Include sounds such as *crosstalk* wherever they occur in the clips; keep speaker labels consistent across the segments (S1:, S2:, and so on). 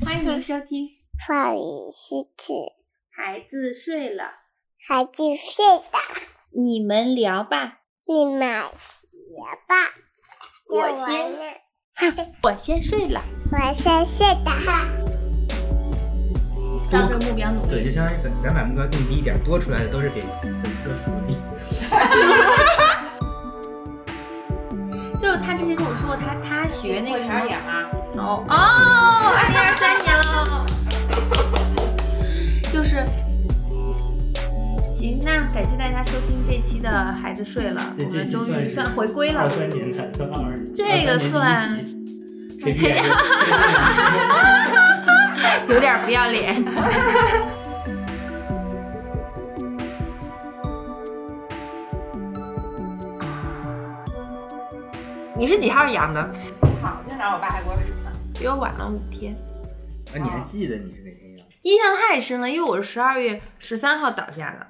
S1: 欢迎收听《
S2: 话语诗词，
S1: 孩子睡了，
S2: 孩子睡的，
S1: 你们聊吧，
S2: 你们聊吧。
S1: 我
S2: 就
S1: 先
S2: 了，
S1: 我先睡了。
S2: *laughs* 我先睡的哈。
S1: 朝着目标努
S3: 对，
S1: 力。
S3: 就相当于咱咱把目标定低一点，多出来的都是给回去的福利。
S1: 就他之前跟我说过，他他学那个什么，
S4: 啊？
S1: 哦哦，二零二三年 *laughs* 了，就是。行，那感谢大家收听这期的《孩子睡了》，
S3: *laughs* 这
S1: 我
S3: 这
S1: 们
S3: 期
S1: 终于
S3: 算是
S1: 算回归了
S3: 二。三
S1: *laughs*
S3: 年才算二十，
S1: 这个 *laughs* 算
S3: 23年第一期。KPI
S1: *laughs*
S3: 是
S1: 有点不要脸。 *laughs* 你是几号阳的？
S4: 好，那俩我爸还给我数呢。
S1: 比我晚了五天，
S3: 啊，你还记得你是哪天呀？
S1: 印象太深了，因为我是十二月十三号倒下的。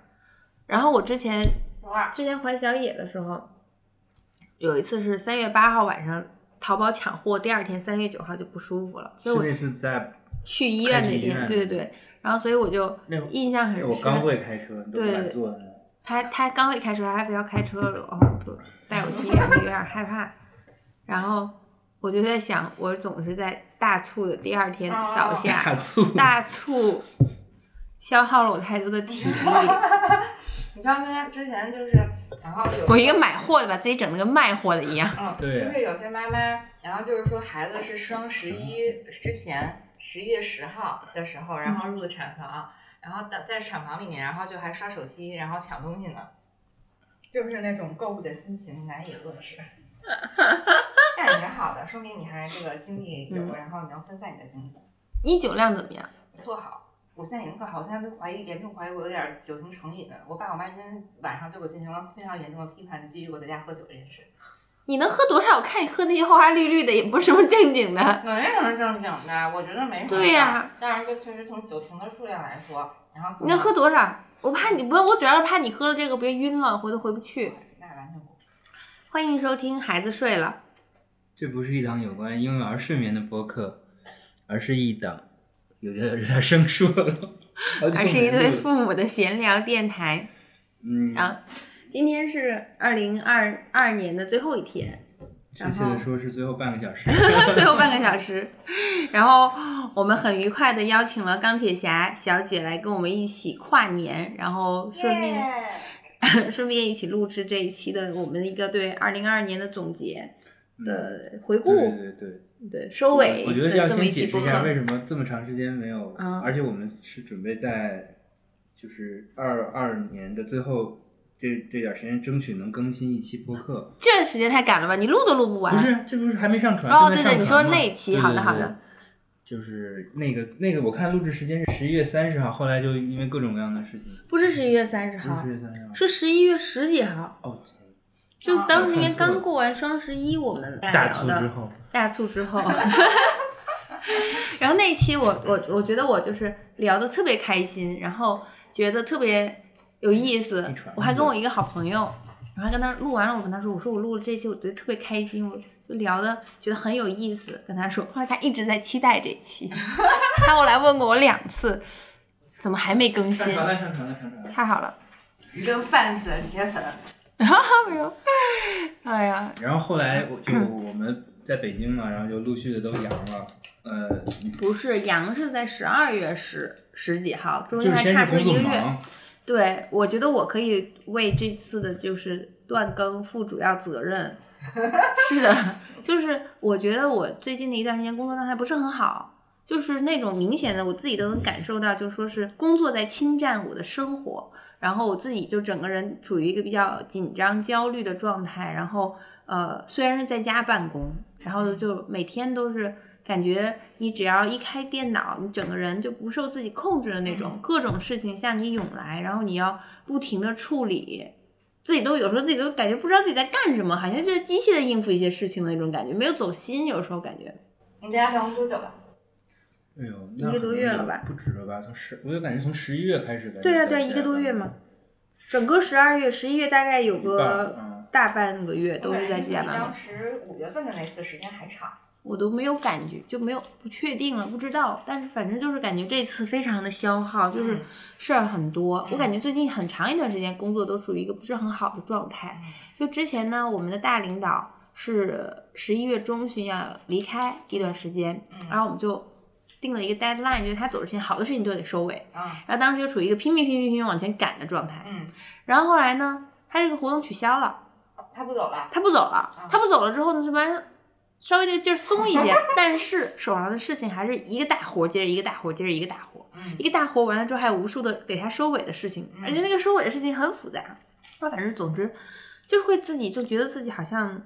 S1: 然后我之前
S4: 等会儿，
S1: 之前怀小野的时候，有一次是三月八号晚上淘宝抢货，第二天三月九号就不舒服了， *laughs* 所以
S3: 是
S1: 我
S3: 那次在
S1: 去医院那
S3: 开始医
S1: 天，
S3: 院
S1: 对对对。然后所以我就
S3: 那会儿
S1: 印象很深。
S3: 哎我刚会开车，你都不敢坐呢。
S1: 他他刚一开车，还非要开车了，然后就带我去医院，我有点害怕。然后我就在想，我总是在大促的第二天倒
S3: 大
S1: 下， *laughs*
S3: 促，
S1: 大促消耗了我太多的体力。
S4: 你知道那之前就是，然后有
S1: 我一个买货的，把自己整的跟卖货的一样。
S4: 嗯，
S3: 对
S4: 就是有些妈妈，然后就是说孩子是生十一之前，十一月十号的时候，然后入的产房，然后在在产房里面，然后就还刷手机，然后抢东西呢，就是那种购物的心情难以
S1: *laughs*
S4: 遏制。但挺好的，说明你还这个精力有，
S1: 嗯
S4: 然后你能分散你的精力，
S1: 你酒量怎么样？
S4: 特好。我现在已经特好，我现在都怀疑，严重怀疑我有点酒精成瘾。我爸我妈今天晚上对我进行了非常严重的批判，就基于我在家喝酒这件事。
S1: 你能喝多少？我看你喝那些花花绿绿的，也不是什么正经
S4: *laughs*
S1: 的。
S4: 没什么正经的，我觉得没什么。
S1: 对呀
S4: 但是就确实从酒瓶的数量来说，然后可
S1: 你能喝多少？我怕你不，我主要是怕你喝了这个别晕了，回头回不去。
S4: 那完全不。
S1: 欢迎收听《孩子睡了》。
S3: 这不是一档有关婴幼儿睡眠的播客，而是一档有点有点生疏了，
S1: *laughs* 而是一对
S3: 父
S1: 父母的闲聊电台
S3: 嗯
S1: 啊。今天是二零二二年的最后一天，
S3: 确切
S1: 然后
S3: 的说是最后半
S1: *laughs*
S3: 个小时，嗯
S1: 最后半个小时，然后我们很愉快的邀请了钢铁侠小姐来跟我们一起跨年，然后顺便 *laughs* 顺便一起录制这一期的我们的一个对二零二二年的总结
S3: 嗯
S1: 的回顾，
S3: 对对对。
S1: 对收尾
S3: 我觉得要
S1: 的这么
S3: 先
S1: 一
S3: 解
S1: 期
S3: 释
S1: 播
S3: 一下为
S1: 客。
S3: 什么这么长时间没有，
S1: 嗯
S3: 而且我们是准备在就是二二年的最后这这点时间争取能更新一期播客。
S1: 这时间太赶了吧？你录都录不完。
S3: 不是，这不是还没上传？
S1: 哦
S3: 正在
S1: 对对
S3: 上传
S1: 你说
S3: 吗
S1: 那期
S3: 对对
S1: 好的
S3: 对
S1: 好
S3: 对
S1: 的
S3: 就是那个那个，我看录制时间是十一月三十号，后来就因为各种各样的事情，
S1: 不是十一月三十
S3: 不是
S1: 号
S3: 十，一月三十号，
S1: 是十一月十几号。
S3: 哦，
S1: 就
S4: 啊
S1: 当时因为
S3: 看错了
S1: 刚过完双十一，我们
S3: 大
S1: 聊
S3: 促之
S1: 的
S3: 后，
S1: 大促之后， *laughs* 然后那一期我我我觉得我就是聊的特别开心，然后觉得特别有意思
S3: 一传。
S1: 我还跟我一个好朋友，然后跟他录完了，我跟他说，我说我录了这期，我觉得特别开心，我就聊的觉得很有意思，跟他说。后来他一直在期待这期， *laughs* 他后来问过我两次，怎么还没更新
S3: 上？传了，上传了，上传了。
S1: 太好了，
S4: 扔贩子、铁粉，
S1: 没有，哎呀，
S3: 然后后来我就我们在北京嘛，然后就陆续的都阳了，呃，
S1: 不是，阳是在十二月十十几号，中
S3: 就
S1: 间
S3: 是
S1: 还
S3: 先
S1: 差
S3: 是
S1: 出
S3: 工
S1: 一
S3: 作
S1: 个月。
S3: 忙，
S1: 对，我觉得我可以为这次的就是断更负主要责任。是的，就是我觉得我最近的一段时间工作状态不是很好，就是那种明显的我自己都能感受到，就说是工作在侵占我的生活，然后我自己就整个人处于一个比较紧张、焦虑的状态，然后呃，虽然是在家办公，然后就每天都是。感觉你只要一开电脑，你整个人就不受自己控制的那种，
S4: 嗯
S1: 各种事情向你涌来，然后你要不停的处理，自己都有时候自己都感觉不知道自己在干什么，好像就是机械的应付一些事情的那种感觉，没有走心，有时候感觉。
S4: 你在家办公多久了？
S3: 哎呦，
S1: 一
S3: 那
S1: 个多
S3: 可能
S1: 月
S3: 有
S1: 了吧
S3: 不止了吧？从十，我就感觉从十一月开始的。
S1: 对
S3: 呀、
S1: 啊，对啊，一个多月嘛，整个十二月、十一月大概有
S3: 一半儿
S1: 个
S3: 嗯
S1: 大半个月都是在居家办
S4: 当
S1: 公。
S4: 时五月份的那次时间还长，
S1: 我都没有感觉，就没有不确定了，不知道。但是反正就是感觉这次非常的消耗，就是
S4: 嗯
S1: 事儿很多。我
S4: 嗯
S1: 感觉最近很长一段时间工作都处于一个不是很好的状态。就之前呢，我们的大领导是十一月中旬要离开一段时间，
S4: 嗯
S1: 然后我们就定了一个 deadline，就是他走之前，好多事情都得收尾。
S4: 啊，
S1: 然后当时就处于一个拼命拼命拼命往前赶的状态。
S4: 嗯，
S1: 然后后来呢，他这个活动取消了。
S4: 他不走了，
S1: 他不走了，他不走了之后呢，这边稍微这个劲儿松一些，但是手上的事情还是一个大活接着一个大活接着一个大活，
S4: 嗯
S1: 一个大活完了之后还有无数的给他收尾的事情，
S4: 嗯
S1: 而且那个收尾的事情很复杂。那反正总之就会自己就觉得自己好像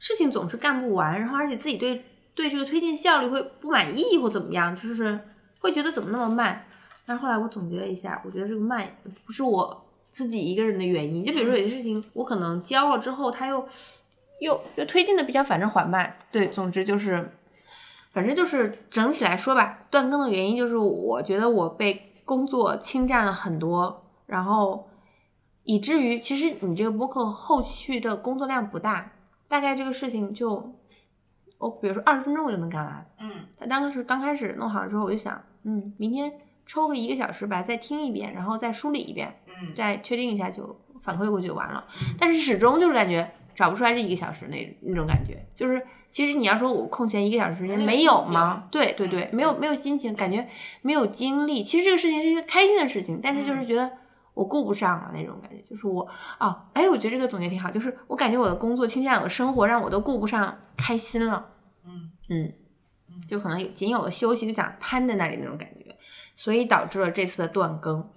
S1: 事情总是干不完，然后而且自己对对这个推进效率会不满意或怎么样，就是会觉得怎么那么慢。但是后来我总结了一下，我觉得这个慢不是我自己一个人的原因。就比如说有些事情，我可能交了之后，它又又又推进的比较反正缓慢。对，总之就是，反正就是整体来说吧，断更的原因就是我觉得我被工作侵占了很多，然后以至于其实你这个播客后续的工作量不大，大概这个事情就我比如说二十分钟我就能干完。
S4: 嗯
S1: 他刚开始刚开始弄好之后，我就想，嗯，明天抽个一个小时把它再听一遍，然后再梳理一遍，
S4: 嗯
S1: 再确定一下就反馈过去就完了
S4: 嗯。
S1: 但是始终就是感觉找不出来这一个小时那那种感觉，就是其实你要说我空闲一个小时时间
S4: 没
S1: 没有
S4: 有心情啊嗯
S1: 吗？对对对，没有没有心情，感觉没有精力。其实这个事情是一个开心的事情，但是就是
S4: 嗯
S1: 觉得。我顾不上了那种感觉，就是我哦，哎，我觉得这个总结挺好，就是我感觉我的工作侵占我的生活，让我都顾不上开心了。
S4: 嗯
S1: 嗯
S4: 嗯，
S1: 就可能有仅有的休息就想瘫在那里那种感觉，所以导致了这次的断更，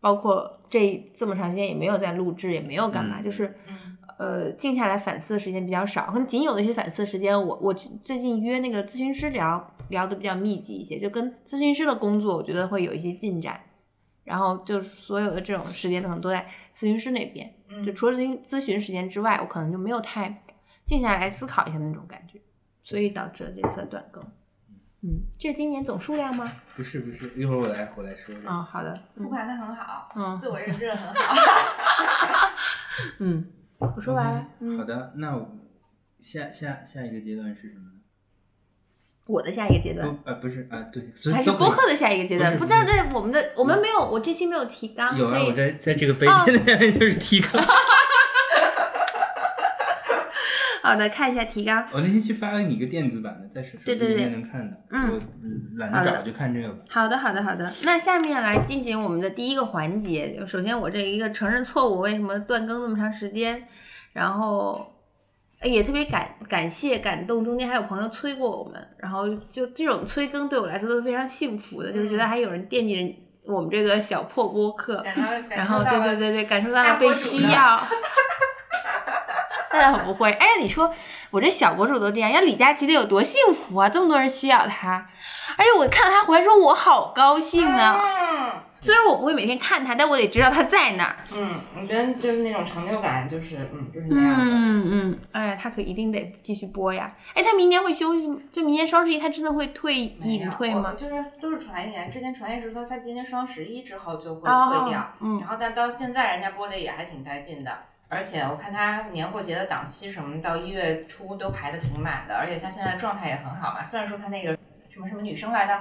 S1: 包括这这么长时间也没有在录制，也没有干嘛，
S3: 嗯
S1: 就是
S4: 嗯
S1: 呃静下来反思的时间比较少，可能仅有的一些反思的时间，我我最最近约那个咨询师聊聊的比较密集一些，就跟咨询师的工作我觉得会有一些进展，然后就是所有的这种时间可能都在咨询师那边，
S4: 嗯，
S1: 就除了咨询咨询时间之外，我可能就没有太静下来思考一下那种感觉，所以导致了这次的断更。嗯，这是今年总数量吗？
S3: 不是不是，一会儿我来我来说这个。
S1: 啊、好的。
S4: 复
S1: 嗯
S4: 盘的很好，
S1: 嗯
S4: 自我认知得很 *laughs* 好，
S1: 嗯，我说完了。
S3: 嗯好
S1: 嗯，
S3: 的，那我下下下一个阶段是什么呢？
S1: 我的下一个阶段
S3: 不呃不是啊对，所以
S1: 还是
S3: 都可以
S1: 播客的下一个阶段，
S3: 不
S1: 不
S3: 是
S1: 知道
S3: 不是
S1: 在我们的我们没有，我这期没有提纲，
S3: 有
S1: 所
S3: 啊，我
S1: 以哦
S3: 在在这个杯 *laughs* 垫下面就是提纲。
S1: 好的看一下提纲。
S3: 我那天去发了你一个电子版的，在手手
S1: 对
S3: 机
S1: 对
S3: 里面
S1: 对
S3: 能看的。
S1: 嗯
S3: 我嗯懒
S1: 好
S3: 得
S1: 的
S3: 找，就看这个吧。
S1: 好的，好的，好的。那下面来进行我们的第一个环节。就首先，我这一个承认错误，为什么断更那么长时间？然后呃也特别感感谢感动，中间还有朋友催过我们，然后就这种催更对我来说都是非常幸福的，就是觉得还有人惦记着我们这个小破播客，
S4: 感到
S1: 然
S4: 感
S1: 后
S4: 受到
S1: 对对
S4: 了
S1: 对对，感受到了
S4: 大博
S1: 被
S4: 主
S1: 需
S4: 呢 *laughs*
S1: 要。 *laughs* 那倒不会，哎，你说我这小博主都这样，要李佳琦得有多幸福啊！这么多人需要他，而且我看到他回来说，我好高兴啊！
S4: 嗯
S1: 虽然我不会每天看他，但我得知道他在哪儿。
S4: 嗯，我觉得就是那种成就感，就是嗯，就是那样的。
S1: 嗯嗯，哎呀，他可一定得继续播呀！哎，他明年会休息吗，就明年双十一，他真的会退
S4: 没
S1: 隐
S4: 有
S1: 退
S4: 我
S1: 吗？
S4: 就是都是传言，之前传言是说他今年双十一之后就会
S1: 哦
S4: 退掉，
S1: 嗯
S4: 然后但到现在人家播的也还挺带劲的，而且我看他年过节的档期什么到一月初都排的挺满的，而且他现在状态也很好嘛。虽然说他那个什么什么女生来的，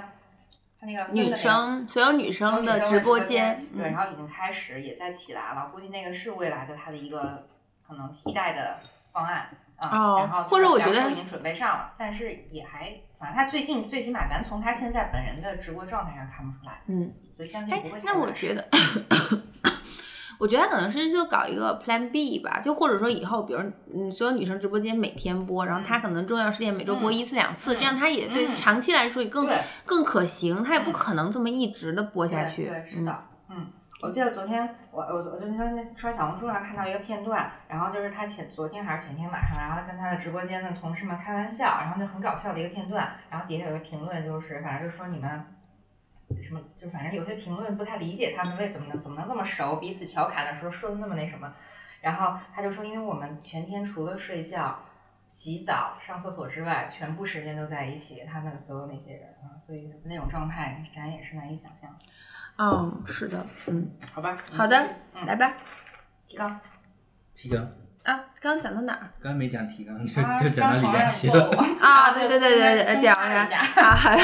S4: 他那个分的那
S1: 女
S4: 个
S1: 生，所有女
S4: 然后
S1: 生
S4: 女
S1: 的
S4: 生
S1: 直播
S4: 间
S1: 间，，
S4: 对，
S1: 嗯
S4: 然后已经开始也在起来了，估计那个是未来的他的一个可能替代的方案啊。
S1: 哦
S4: 然后
S1: 或者我
S4: 他
S1: 觉得
S4: 已经准备上了，但是也还，反正他最近最起码咱从他现在本人的直播状态上看不出来，
S1: 嗯。
S4: 所以相信
S1: 哎
S4: 不会太，
S1: 那我
S4: 难 *laughs*
S1: 觉得，我觉得他可能是就搞一个 Plan B 吧，就或者说以后，比如嗯，所有女生直播间每天播，然后他可能重要事件每周播
S4: 嗯
S1: 一次两次，
S4: 嗯
S1: 这样他也对
S4: 嗯
S1: 长期来说也更
S4: 对
S1: 更可行，他也不
S4: 嗯
S1: 可能这么一直的播下
S4: 对
S1: 去。
S4: 对，是的，嗯。我记得昨天我我我昨天那刷小红书上看到一个片段，然后就是他前昨天还是前天晚上，然后跟他的直播间的同事们开玩笑，然后就很搞笑的一个片段，然后底下有一个评论就是反正就说你们什么，就反正有些评论不太理解他们为什么能怎么能这么熟，彼此调侃的时候说的那么那什么，然后他就说因为我们全天除了睡觉。洗澡、上厕所之外，全部时间都在一起。他们所有那些人啊，所以那种状态，咱也是难以想象。
S1: 嗯，嗯，是的，嗯，
S4: 好吧，
S1: 好的
S4: 嗯，
S1: 来吧，
S4: 提纲，
S3: 提纲，
S1: 啊、啊，刚刚讲到哪儿
S3: 刚没讲提纲，就
S4: 啊
S3: 就讲到李元琪
S4: 刚
S3: 了。
S4: 好让我
S1: 啊？对对对对对，
S4: 中
S1: 讲
S4: 插一下
S1: 啊，好的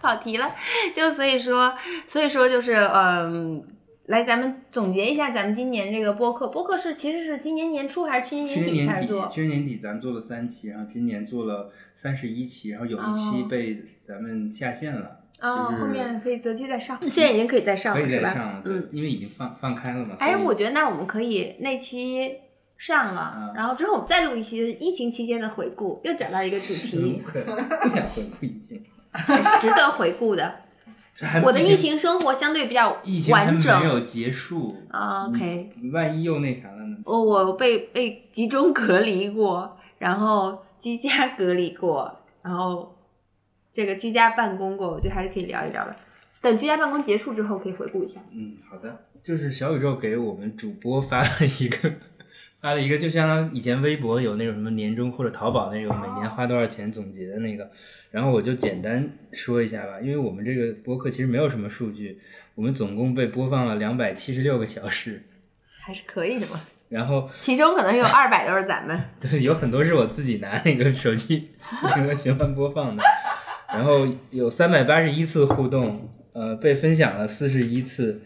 S1: 跑题了。就所以说，所以说就是嗯。来，咱们总结一下咱们今年这个播客。播客是其实是今年年初还是去
S3: 去
S1: 年年底
S3: 年
S1: 开
S3: 年
S1: 始
S3: 底
S1: 做，？
S3: 去年年底咱们做了三期，然后今年做了三十一期，然后有一期
S1: 哦
S3: 被咱们下线了，
S1: 啊、
S3: 就是
S1: 后面可以择期再上。现在已经可以再上
S3: 可
S1: 了，
S3: 以
S1: 是
S3: 再
S1: 吧？
S3: 上了，对
S1: 嗯，
S3: 因为已经放放开了嘛。
S1: 哎，
S3: 所以
S1: 我觉得那我们可以那期上了，
S3: 嗯
S1: 然后之后我们再录一期就是疫情期间的回顾，又找到一个主题，
S3: 不可不想回顾已经。
S1: 值得回顾的。
S3: 这 *laughs* 还
S1: 我的
S3: 疫
S1: 疫情生活相对比较
S3: 疫情还
S1: 完
S3: 没
S1: 整。
S3: 有结束
S1: 啊，OK
S3: 你万一又那啥了呢？
S1: 我我被被集中隔离过，然后居家隔离过，然后这个居家办公过，我觉得还是可以聊一聊的。等居家办公结束之后，可以回顾一下。
S3: 嗯，好的，就是小宇宙给我们主播发了一个，发了一个，就相当于以前微博有那种什么年终或者淘宝那种每年花多少钱总结的那个，然后我就简单说一下吧，因为我们这个播客其实没有什么数据，我们总共被播放了两百七十六个小时，
S1: 还是可以的嘛，
S3: 然后
S1: *laughs* 其中可能有二百都是咱们，
S3: *laughs* 对，有很多是我自己拿那个手机那个循环播放的，然后有三百八十一次互动，呃，被分享了四十一次，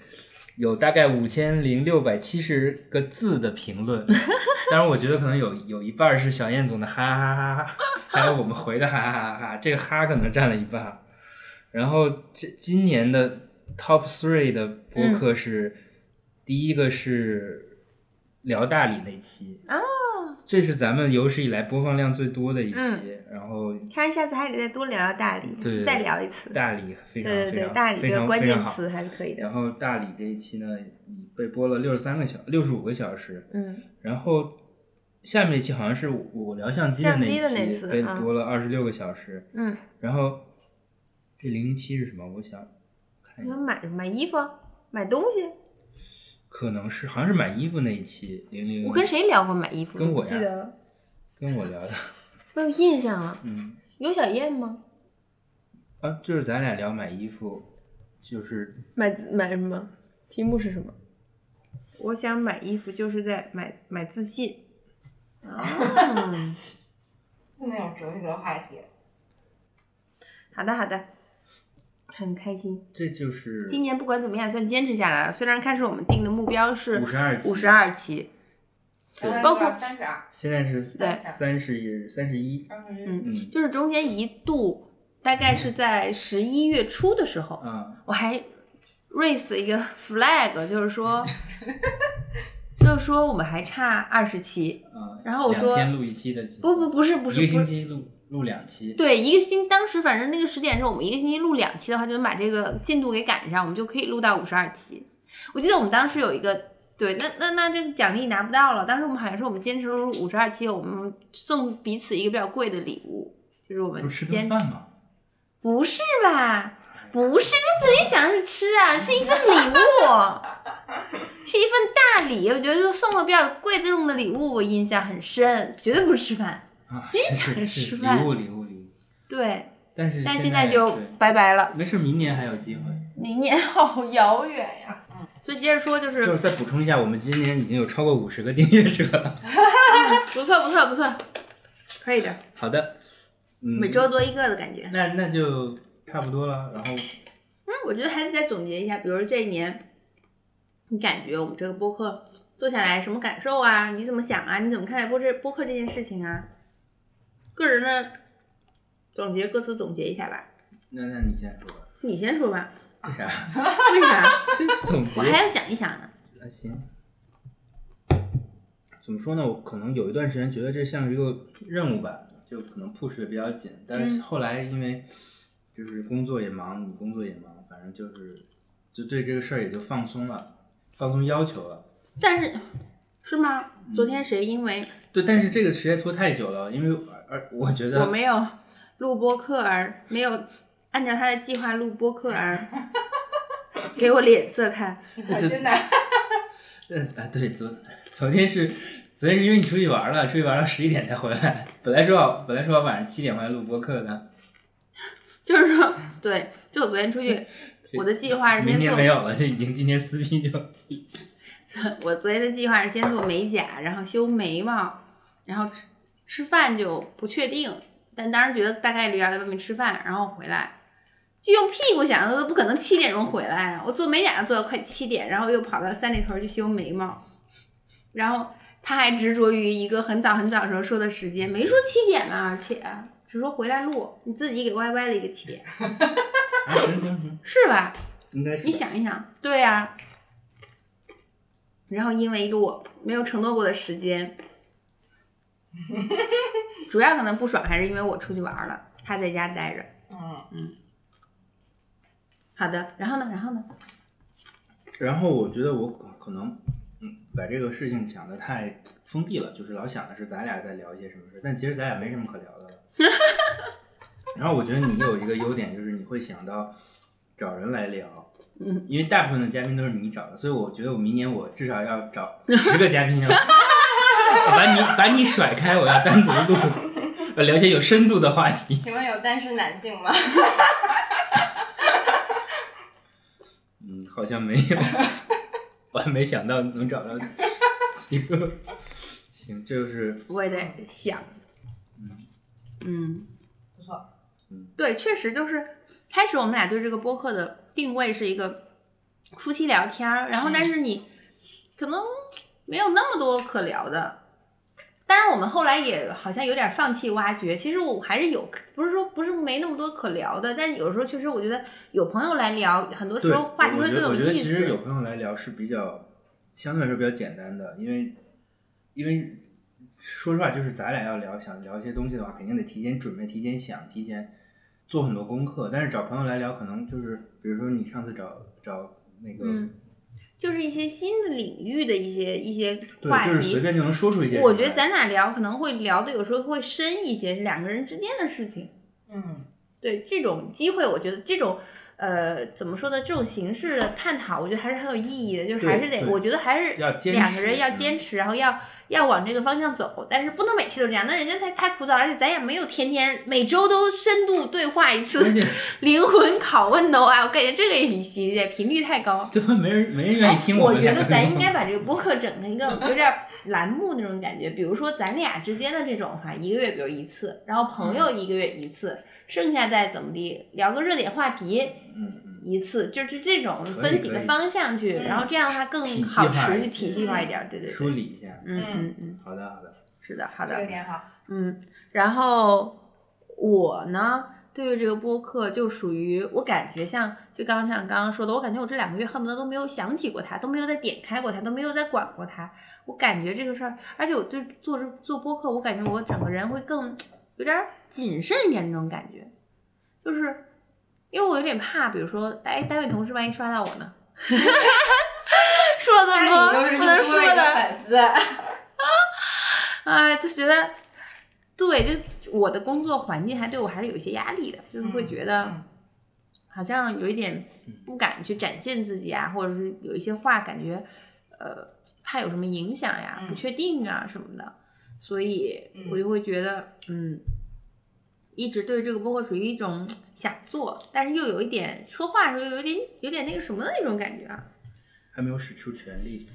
S3: 有大概五千零六百七十个字的评论，当然我觉得可能有有一半儿是小燕总的哈哈哈哈，还有我们回的哈哈哈哈，这个哈可能占了一半儿。然后这今年的 top three 的播客是、第一个是聊大理那期
S1: 哦，
S3: 这是咱们有史以来播放量最多的一期，
S1: 嗯
S3: 然后
S1: 看下次还得再多聊聊大理，
S3: 对
S1: 再聊一次。
S3: 大理非常
S1: 对对
S3: 非
S1: 对，
S3: 常
S1: 大理
S3: 非
S1: 这个
S3: 常
S1: 关
S3: 非常
S1: 键
S3: 好。
S1: 词还是可以
S3: 然
S1: 的。
S3: 后大理这一期呢，已被播了六十三个小六十五个小时，
S1: 嗯，
S3: 然后下面一期好像是我我聊相机的那一
S1: 相机的那次
S3: 期，被
S1: 嗯
S3: 播了二十六个小时。
S1: 嗯，
S3: 然后这零零七是什么？我想看
S1: 你
S3: 一
S1: 说
S3: 下，
S1: 买买衣服、买东西，
S3: 可能是好像是买衣服那一期零零。
S1: 我跟？谁聊过买衣服？
S3: 嗯跟我
S1: 不
S3: 呀
S1: 记得了，
S3: 跟我聊的，
S1: 没有印象了。
S3: 嗯，
S1: 有小燕吗？
S3: 啊，就是咱俩聊买衣服，就是
S1: 买买什么？题目是什么？我想买衣服，就是在买买自信。
S3: 哦
S1: 嗯，
S4: 就那种哲学的话题。
S1: *laughs* 好的好的，很开心。
S3: 这就是
S1: 今年不管怎么样，算坚持下来了。虽然开始我们定的目标是
S3: 五十二期，
S1: 五十，二期，
S3: 对
S1: 包括
S4: 三十二，
S3: 现在是
S1: 对
S3: 三十三十一，
S4: 三十一
S1: 嗯，
S3: 嗯
S1: 就是中间一度大概是在十一月初的时候，
S3: 啊，
S1: 我还 raise 一个 flag，就是
S3: *laughs*
S1: 说，就是说我们还差二十期，
S3: 啊
S1: 然后我
S3: 两
S1: 说
S3: 天录一期的节目，
S1: 不不不是不是
S3: 一个
S1: 不
S3: 星
S1: 是，
S3: 期录录两期，
S1: 对，一个星当时反正那个时点是我们一个星期录两期的话，就能把这个进度给赶上，我们就可以录到五十二期。我记得我们当时有一个。对，那那那这个奖励拿不到了。当时我们好像是我们坚持录五十二期，我们送彼此一个比较贵的礼物，就是我们
S3: 不是吃
S1: 坚
S3: 顿饭吗？
S1: 不是吧？不是，那嘴里想的是吃啊，是一份礼物，是一份大礼。我觉得就送了比较贵重的礼物，我印象很深，绝对不是吃饭。
S3: 啊，
S1: 真
S3: 是
S1: 想着
S3: 是
S1: 吃
S3: 是
S1: 饭
S3: 礼物礼物礼物，
S1: 对，
S3: 但是
S1: 但
S3: 现
S1: 现在就
S3: 对
S1: 拜拜了，
S3: 没事，明年还有机会。
S1: 明年 *laughs* 好遥远呀、嗯所以接着说，就
S3: 就是是再补充一下，我们今年已经有超过五十个订阅者了。
S1: 不错，不错，不错，可以的，
S3: 好的，嗯，
S1: 每周多一个的感觉。
S3: 那那就差不多了。然后
S1: 嗯，我觉得还是再总结一下，比如说这一年，你感觉我们这个播客做下来什么感受啊？你怎么想啊？你怎么看待播这播客这件事情啊？个人的总结，各自总结一下吧。
S3: 那那你先说吧，
S1: 你先说吧，
S3: 为啥？ *laughs*
S1: 为啥？
S3: 这总结
S1: 我还要想一想呢。
S3: 啊，行。怎么说呢？我可能有一段时间觉得这像是一个任务吧，就可能 push 的比较紧，但是
S1: 嗯
S3: 后来因为就是工作也忙，你工作也忙，反正就是就对这个事儿也就放松了，放松要求了。
S1: 但是是吗？昨天谁因为
S3: 对，但是这个实在拖太久了，因为而而我觉得
S1: 我没有录播客而没有按照他的计划录播客
S3: *laughs*
S1: 而给我脸色看，
S3: 是
S4: 真的，
S3: 嗯啊，对，昨昨天是昨天是因为你出去玩了，出去玩到十一点才回来。本来说好本来说好晚上七点回来录播客的，
S1: 就是说，对，就我昨天出去，我的计划是
S3: 嗯明
S1: 先
S3: 年
S1: 做
S3: 没有了，就已经今年撕逼就
S1: *laughs* 我昨天的计划是先做美甲，然后修眉毛，然后吃吃饭就不确定，但当时觉得大概率要在外面吃饭，然后回来。就用屁股想的都不可能七点钟回来啊！我做美甲做到快七点，然后又跑到三里屯去修眉毛，然后他还执着于一个很早很早时候说的时间，没说七点嘛，而且啊只说回来录，你自己给歪歪了一个七点，
S3: 嗯嗯嗯
S1: 是吧？
S3: 应该是
S1: 你想一想，对呀、然后因为一个我没有承诺过的时间，主要可能不爽还是因为我出去玩了，他在家待着。
S4: 嗯，
S1: 好的，然后呢？然后呢？
S3: 然后我觉得我可可能，嗯，把这个事情想的太封闭了，就是老想的是咱俩在聊一些什么事，但其实咱俩没什么可聊的
S1: *laughs*
S3: 了。然后我觉得你有一个优点，就是你会想到找人来聊，
S1: 嗯，
S3: 因为大部分的嘉宾都是你找的，所以我觉得我明年我至少要找十个嘉
S1: *laughs*
S3: 宾要，把你把你甩开，我要单独录， *laughs* 我聊些有深度的话题。
S4: 请问有单身男性吗？
S3: 嗯，好像
S1: *laughs*
S3: 没有，我还没想到能找到几个。行，这就是
S1: 我也在想，
S3: 嗯
S1: 嗯，
S4: 不错，
S1: 对，确实就是开始我们俩对这个播客的定位是一个夫妻聊天儿，然后
S3: 嗯
S1: 但是你可能没有那么多可聊的。当然，我们后来也好像有点放弃挖掘。其实我还是有，不是说不是没那么多可聊的，但有时候确实我觉得有朋友来聊，很多
S3: 对，
S1: 时候话题
S3: 我
S1: 会
S3: 觉得
S1: 更
S3: 我觉
S1: 有
S3: 得
S1: 意
S3: 其实有
S1: 思。
S3: 朋友来聊是比较相对来说比较简单的，因为因为说实话，就是咱俩要聊想聊一些东西的话，肯定得提前准备、提前想、提前做很多功课。但是找朋友来聊，可能就是比如说你上次找找那个，
S1: 嗯就是一些新的领域的一些一些话
S3: 对，
S1: 题，
S3: 就是随便就能说出一些什么来。
S1: 我觉得咱俩聊可能会聊的有时候会深一些，是两个人之间的事情。
S4: 嗯，
S1: 对这种机会，我觉得这种呃怎么说呢，这种形式的探讨，我觉得还是很有意义的。就是
S3: 对
S1: 还是得，
S3: 对
S1: 我觉得还是
S3: 要坚持
S1: 两个人要
S3: 嗯
S1: 坚持，然后要要往这个方向走，但是不能每期都这样，那人家太太枯燥，而且咱也没有天天每周都深度对话一次
S3: 关，键
S1: *laughs* 灵魂拷问的话，我感觉这个也也频率太高。
S3: 对方没人没人愿意听
S1: 哎我
S3: 们
S1: 觉
S3: 两个
S1: 得
S3: 人
S1: 咱
S3: *laughs*
S1: 应该把这个播客整成一个有点儿栏目那种感觉，比如说咱俩之间的这种哈，一个月比如一次，然后朋
S3: 嗯
S1: 友一个月一次，剩下再怎么地聊个热点话题
S3: 嗯嗯
S1: 一次，就是这种
S3: 以
S1: 分几
S3: 可
S1: 个
S3: 以
S1: 方向去，
S4: 嗯
S1: 然后这样的话更
S3: 体系
S1: 好
S3: 化
S1: 持
S3: 一
S1: 续
S3: 些
S1: 体系化一点儿，对对
S3: 梳
S1: 对，
S3: 理一下。
S1: 嗯
S4: 嗯
S1: 嗯嗯，
S3: 好的好的，
S1: 是的，好
S4: 这
S1: 的
S4: 个，点好，
S1: 嗯，然后我呢，对于这个播客就属于我感觉像，就刚刚像刚刚说的，我感觉我这两个月恨不得都没有想起过它，都没有再点开过它，都没有再管过它。我感觉这个事儿，而且我对做这做播客，我感觉我整个人会更有点儿谨慎一点那种感觉，就是因为我有点怕，比如说哎，单位同事万一刷到我呢。 *laughs* 说了这么
S4: 那
S1: 多
S4: 你就是
S1: 不能
S4: 多
S1: 说
S4: 了一个
S1: 的，
S4: 粉丝，
S1: 啊，就觉得，对，就我的工作环境还对我还是有一些压力的，就是会觉得
S4: 嗯
S1: 好像有一点不敢去展现自己啊，或者是有一些话感觉，呃，怕有什么影响呀，不
S4: 嗯
S1: 确定啊什么的，所以我就会觉得，嗯，一直对这个播客属于一种想做，但是又有一点说话的时候又有点有点那个什么的那种感觉啊，
S3: 还没有使出全力。
S4: 嗯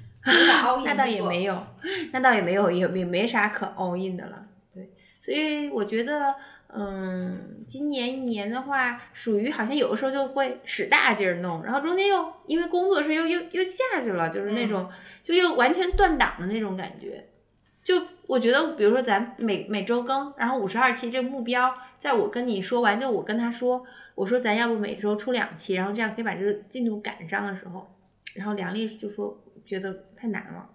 S1: 那倒也没有， *laughs* 那倒也没有，也也没啥可 all in 的了。对，所以我觉得，嗯，今年一年的话，属于好像有的时候就会使大劲儿弄，然后中间又因为工作的事又又又下去了，就是那种、就又完全断档的那种感觉。就我觉得，比如说咱每每周更，然后五十二期这个目标，在我跟你说完，就我跟他说，我说咱要不每周出两期，然后这样可以把这个进度赶上的时候，然后梁丽就说觉得太难了，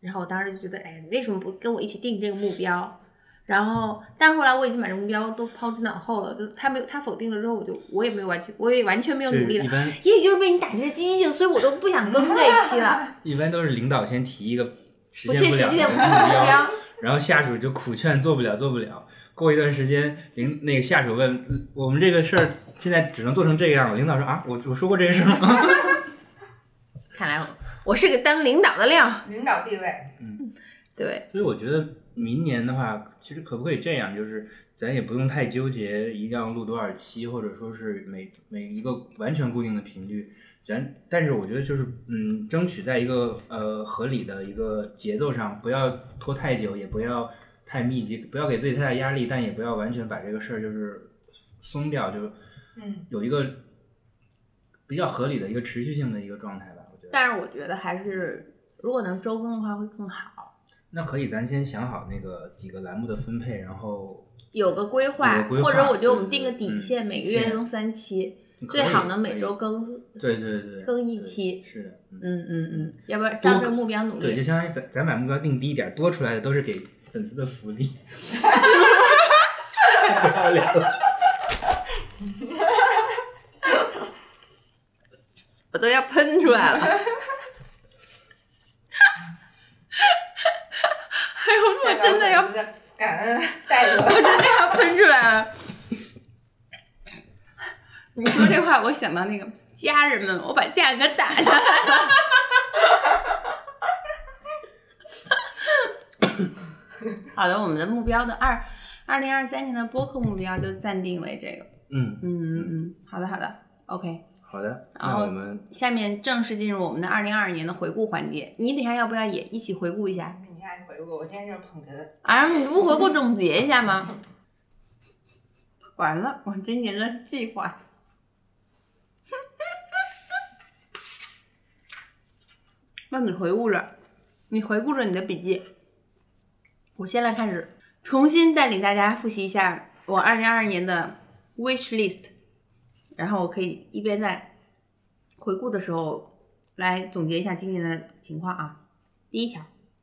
S1: 然后我当时就觉得，哎呀，你为什么不跟我一起定这个目标？然后，但后来我已经把这个目标都抛之脑后了，就是他没有他否定了之后，我就我也没有完全，我也完全没有
S3: 是
S1: 努力了
S3: 一。般
S1: 也许就是被你打击了积极性，所以我都不想更这一期 *laughs* 了，
S3: 一般都是领导先提一个实
S1: 不
S3: 现
S1: 切
S3: 不
S1: 实
S3: 了
S1: 际的
S3: 目
S1: 目
S3: 标，
S1: 标。
S3: 然后下属就苦劝做不了，做不了。过一段时间，领那个下属问嗯我们这个事儿现在只能做成这样了。领导说啊，我我说过这个事儿吗？
S1: *laughs* 看来我我是个当领导的料。
S4: 领导地位，
S1: 对，
S3: 所以我觉得明年的话，其实可不可以这样，就是咱也不用太纠结一定要录多少期，或者说是每每一个完全固定的频率。咱但是我觉得就是嗯，争取在一个呃合理的一个节奏上，不要拖太久，也不要太密集，不要给自己太大压力，但也不要完全把这个事儿就是松掉，就
S4: 嗯
S3: 有一个比较合理的一个持续性的一个状态吧。我觉得。
S1: 但是我觉得还是如果能周更的话会更好，
S3: 那可以，咱先想好那个几个栏目的分配，然后
S1: 有个规划，
S3: 有个规划
S1: 或者我觉得我们
S3: 对
S1: 定个底线，
S3: 嗯
S1: 每个月
S3: 线
S1: 更三期，
S3: 可
S1: 最
S3: 以
S1: 好能
S3: 可
S1: 每
S3: 以
S1: 周更，
S3: 对对对
S1: 更一
S3: 对
S1: 期。
S3: 是的，嗯，
S1: 嗯嗯嗯，要不然照这个目标努
S3: 对，就
S1: 力。
S3: 相当于咱咱把目标定低一点，多出来的都是给粉丝的
S1: *laughs*
S3: 福利。 *laughs* 太漂亮了，
S1: 我都要喷出来了。 *laughs* 哎呦，我真的要，
S4: 这帮粉丝感恩 *laughs* 戴德。
S1: 我真的要喷出来了。你说这话，我想到那个家人们，我把价格打下来了。 *laughs* 好的，我们的目标的二二零二三年的播客目标就暂定为这个。
S3: 嗯，
S1: 嗯嗯嗯，好的好的，OK。
S3: 好的，
S1: 然
S3: 那
S1: 后
S3: 我们
S1: 下面正式进入我们的二零二二年的回顾环节，你等一下要不要也一起回顾一下？
S4: 你看，回顾我今天就是捧哏，
S1: 啊，你不回顾总结一下吗？完了，我今年的计划。 *laughs* 那你回顾着，你回顾着你的笔记。我现在开始重新带领大家复习一下我二零二二年的 wish list，然后我可以一边在回顾的时候来总结一下今年的情况啊。第一条，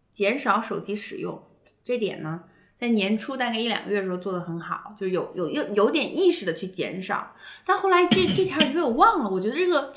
S1: 减少手机使用。这点呢，在年初大概一两个月的时候做的很好，就有有有有点意识的去减少，但后来这这条也被我忘了。我觉得这个，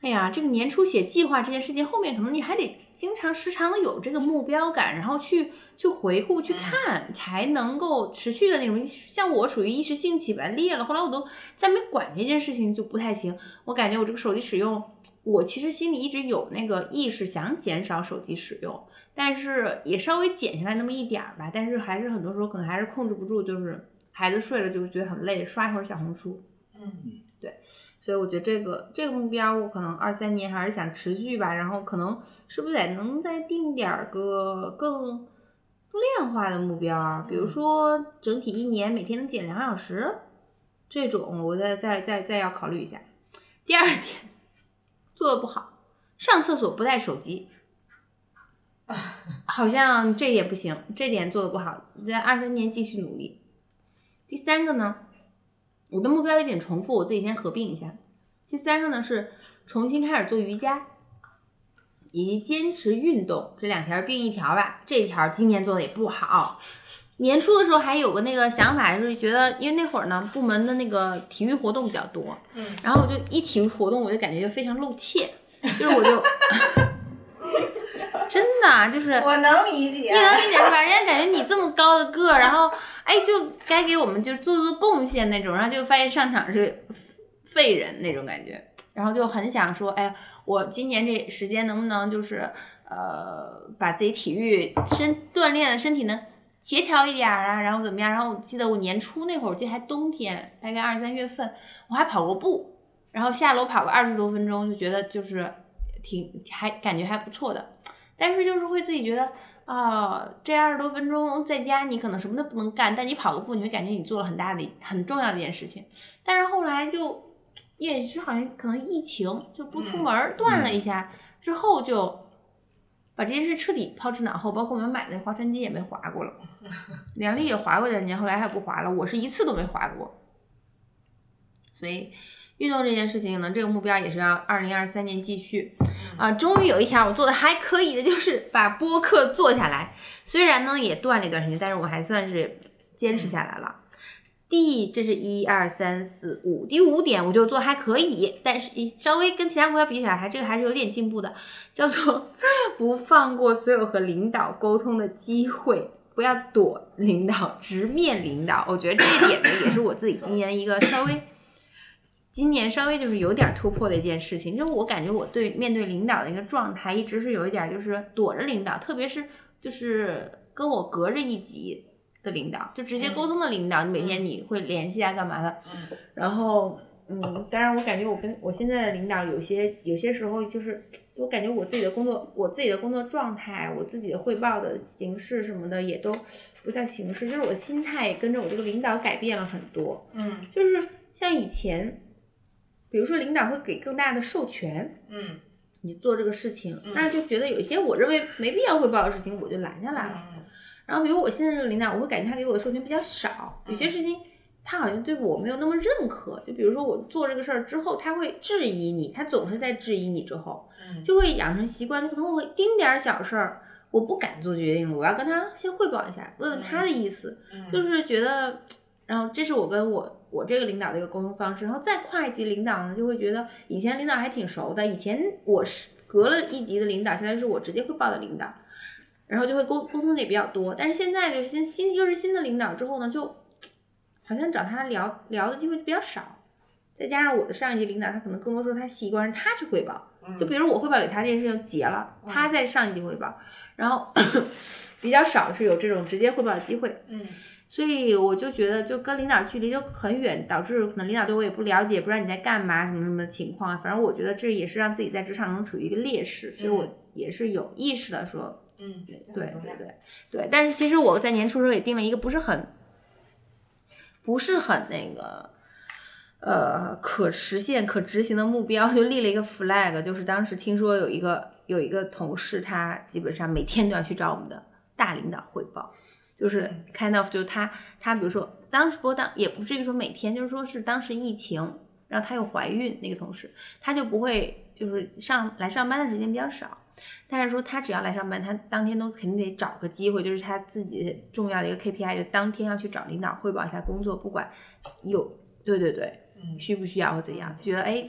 S1: 哎呀，这个年初写计划这件事情，后面可能你还得经常时常的有这个目标感，然后去去回顾去看，才能够持续的那种。像我属于一时兴起把它列了，后来我都再没管这件事情就不太行。我感觉我这个手机使用，我其实心里一直有那个意识想减少手机使用，但是也稍微减下来那么一点儿吧。但是还是很多时候可能还是控制不住，就是孩子睡了就觉得很累，刷一会儿小红书。
S4: 嗯
S1: 所以我觉得这个这个目标，我可能二三年还是想持续吧。然后可能是不是得能再定点儿个更量化的目标啊？比如说整体一年每天能减两小时，这种我再再再再要考虑一下。第二点，做的不好，上厕所不带手机，好像这也不行，这点做的不好，在二三年继续努力。第三个呢，我的目标有点重复，我自己先合并一下。第三个呢是重新开始做瑜伽，以及坚持运动，这两条并一条吧。这一条今年做的也不好。年初的时候还有个那个想法，就是觉得因为那会儿呢，部门的那个体育活动比较多，
S4: 嗯，
S1: 然后我就一体育活动，我就感觉就非常露怯，就是我就 *laughs* 真的啊就是
S4: 我能理解
S1: 你能理解是吧？人家感觉你这么高的个儿，然后哎，就该给我们就做做贡献那种，然后就发现上场是废人那种感觉，然后就很想说，哎，我今年这时间能不能就是呃，把自己体育身锻炼的身体能协调一点儿啊，然后怎么样？然后我记得我年初那会儿，我记得还冬天，大概二三月份，我还跑过步，然后下楼跑个二十多分钟，就觉得就是挺还感觉还不错的，但是就是会自己觉得。啊，这二十多分钟在家你可能什么都不能干，但你跑个步，你会感觉你做了很大的、很重要的一件事情。但是后来就也是好像可能疫情就不出门儿、断了一下，之后就把这件事彻底抛之脑后。包括我们买那划船机也没划过了，梁丽也划过两年，后来还不划了。我是一次都没划过，所以运动这件事情呢，这个目标也是要二零二三年继续。啊，终于有一条我做的还可以的，就是把播客做下来。虽然呢也断了一段时间，但是我还算是坚持下来了。第这是一二三四五，第五点我就做还可以，但是稍微跟其他目标比起来，还这个还是有点进步的，叫做 *laughs* 不放过所有和领导沟通的机会，不要躲领导，直面领导。我觉得这一点呢，也是我自己今年一个稍微。今年稍微就是有点突破的一件事情，就是我感觉我对面对领导的一个状态，一直是有一点就是躲着领导，特别是就是跟我隔着一级的领导，就直接
S4: 嗯
S1: 沟通的领导，你每天你会联系啊，干嘛的？
S4: 嗯
S1: 然后，嗯，当然我感觉我跟我现在的领导有些有些时候就是，我感觉我自己的工作，我自己的工作状态，我自己的汇报的形式什么的也都不叫形式，就是我的心态也跟着我这个领导改变了很多。
S4: 嗯
S1: 就是像以前，比如说领导会给更大的授权
S4: 嗯
S1: 你做这个事情，
S4: 嗯
S1: 那就觉得有一些我认为没必要汇报的事情，我就拦下来了。
S4: 嗯
S1: 然后比如我现在这个领导，我会感觉他给我的授权比较少，有些
S4: 嗯
S1: 事情他好像对我没有那么认可。就比如说我做这个事儿之后，他会质疑你，他总是在质疑你之后，
S4: 嗯，
S1: 就会养成习惯，就可能我一丁点儿小事儿。我不敢做决定了，我要跟他先汇报一下，问问他的意思，
S4: 嗯
S1: 就是觉得，然后这是我跟我我这个领导的一个沟通方式，然后再跨一级领导呢，就会觉得以前领导还挺熟的，以前我是隔了一级的领导，现在是我直接汇报的领导，然后就会沟沟通的也比较多，但是现在就是新新又是新的领导之后呢，就好像找他聊聊的机会就比较少。再加上我的上一级领导，他可能更多时候他习惯是他去汇报，
S4: 嗯
S1: 就比如我汇报给他这件事情结了，他在上一级汇报，然后 *coughs* 比较少是有这种直接汇报的机会。
S4: 嗯
S1: 所以我就觉得，就跟领导距离就很远，导致可能领导对我也不了解，不知道你在干嘛，什么什么情况啊。反正我觉得这也是让自己在职场中处于一个劣势，所以我
S4: 嗯
S1: 也是有意识的说，
S4: 嗯，
S1: 对
S4: 这
S1: 对
S4: 很重要
S1: 对对对。但是其实我在年初的时候也定了一个不是很，不是很那个。呃，可实现、可执行的目标，就立了一个 flag，就是当时听说有一个有一个同事，他基本上每天都要去找我们的大领导汇报，就是 kind of 就是他他比如说当时不过当也不至于说每天，就是说是当时疫情，然后她又怀孕，那个同事她就不会就是上来上班的时间比较少，但是说她只要来上班，她当天都肯定得找个机会，就是她自己重要的一个 KPI，就当天要去找领导汇报一下工作，不管有对对对
S4: 嗯
S1: 需不需要或怎样，觉得哎。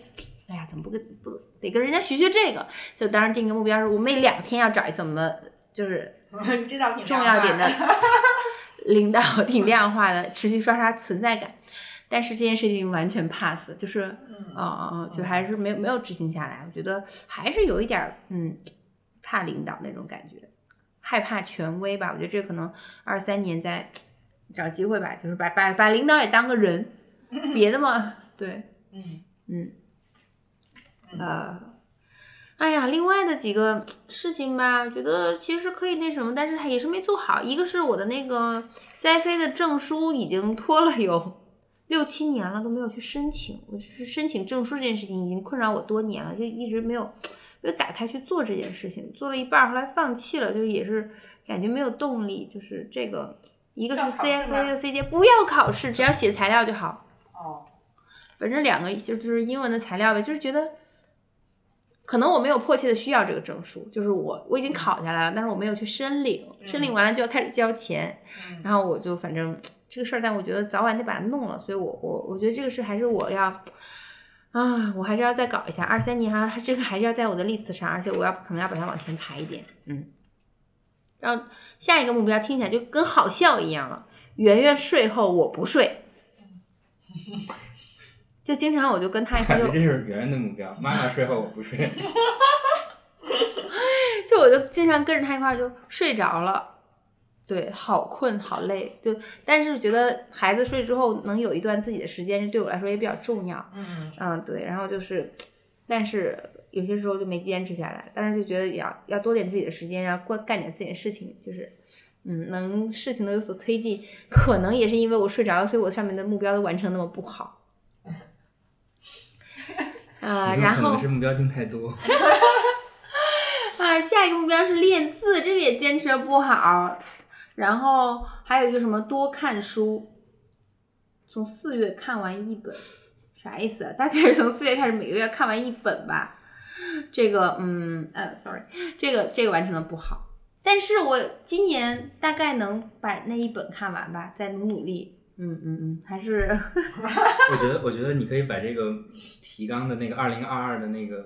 S1: 哎呀，怎么不跟不得跟人家学学这个？就当时定个目标是，我每两天要找一次我们的就是
S4: *laughs* 这道挺
S1: 重要点的
S4: 的， *laughs*
S1: *laughs* 领导挺量化的，持续刷刷存在感。但是这件事情完全 pass，就是，
S4: 嗯
S1: 哦哦哦，就还是没有没有执行下来。我觉得还是有一点儿，嗯，怕领导那种感觉，害怕权威吧。我觉得这可能二三年再找机会吧，就是把把把领导也当个人，别那么对。
S4: 嗯
S1: 嗯，
S4: 嗯
S1: 呃，哎呀，另外的几个事情吧，觉得其实可以那什么，但是还也是没做好。一个是我的那个 CFA 的证书已经拖了有六七年了，都没有去申请。我就是申请证书这件事情已经困扰我多年了，就一直没有没有打开去做这件事情，做了一半儿后来放弃了，就是也是感觉没有动力，就是这个。一个是
S4: 要考试吗
S1: CFA 的 C 阶，不要考试，只要写材料就好。
S4: 哦
S1: 反正两个就是英文的材料呗，就是觉得可能我没有迫切的需要这个证书，就是我我已经考下来了，但是我没有去申领，申领完了就要开始交钱，
S4: 嗯
S1: 然后我就反正这个事儿，但我觉得早晚得把它弄了，所以我我我觉得这个事还是我要。啊，我还是要再搞一下，二三年还还这个还是要在我的 list 上，而且我要可能要把它往前排一点，嗯。然后下一个目标听起来就跟好笑一样了，圆圆睡后我不睡， *laughs* 就经常我就跟
S3: *laughs*
S1: 他一块
S3: 感
S1: 儿
S3: 觉
S1: 就
S3: 这是圆圆的目标。妈妈睡后我不睡，
S1: 就我就经常跟着他一块儿就睡着了，对，好困好累，对，但是觉得孩子睡之后能有一段自己的时间，这对我来说也比较重要，
S4: 嗯
S1: 嗯，对，然后就是，但是有些时候就没坚持下来，但是就觉得也要要多点自己的时间，要过干点自己的事情，就是。嗯，能事情都有所推进，可能也是因为我睡着了，所以我上面的目标都完成那么不好。 *laughs* 啊、
S3: 有
S1: 然
S3: 可
S1: 后
S3: 能是目标定太多。 *laughs*
S1: *laughs* 啊，下一个目标是练字，这个也坚持的不好。然后还有一个什么多看书，从四月看完一本，啥意思啊？大概是从四月开始每个月看完一本吧。这个，嗯，呃，sorry，这个这个完成的不好，但是我今年大概能把那一本看完吧，再努努力。嗯嗯嗯，还是
S3: 我觉得，我觉得你可以把这个提纲的那个二零二二的那个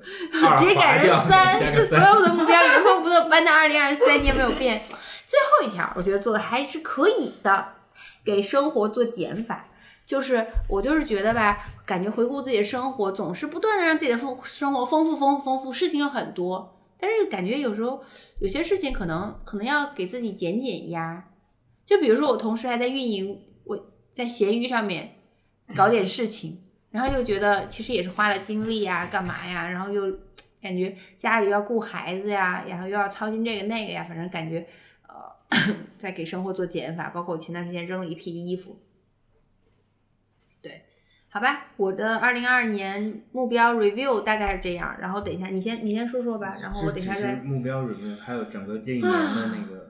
S1: *laughs*
S3: 二
S1: 直接
S3: 划
S1: 改
S3: 掉
S1: 成三，
S3: 加个
S1: 就所
S3: 三。
S1: 有的目标原封不动搬到二零二三年没有变。最后一条，我觉得做的还是可以的，给生活做减法。就是我就是觉得吧，感觉回顾自己的生活，总是不断的让自己的丰生活丰富、丰富、丰富，事情有很多，但是感觉有时候有些事情可能可能要给自己减减压，就比如说我同时还在运营，我在闲鱼上面搞点事情，然后就觉得其实也是花了精力呀，干嘛呀，然后又感觉家里要顾孩子呀，然后又要操心这个那个呀，反正感觉呃 *coughs* 在给生活做减法。包括我前段时间扔了一批衣服，对，好吧，我的二零二二年目标 review 大概是这样。然后等一下，你先你先说说吧，然后我等一下
S3: 只是
S1: 再，
S3: 目标 review，还有整个这一年的那个。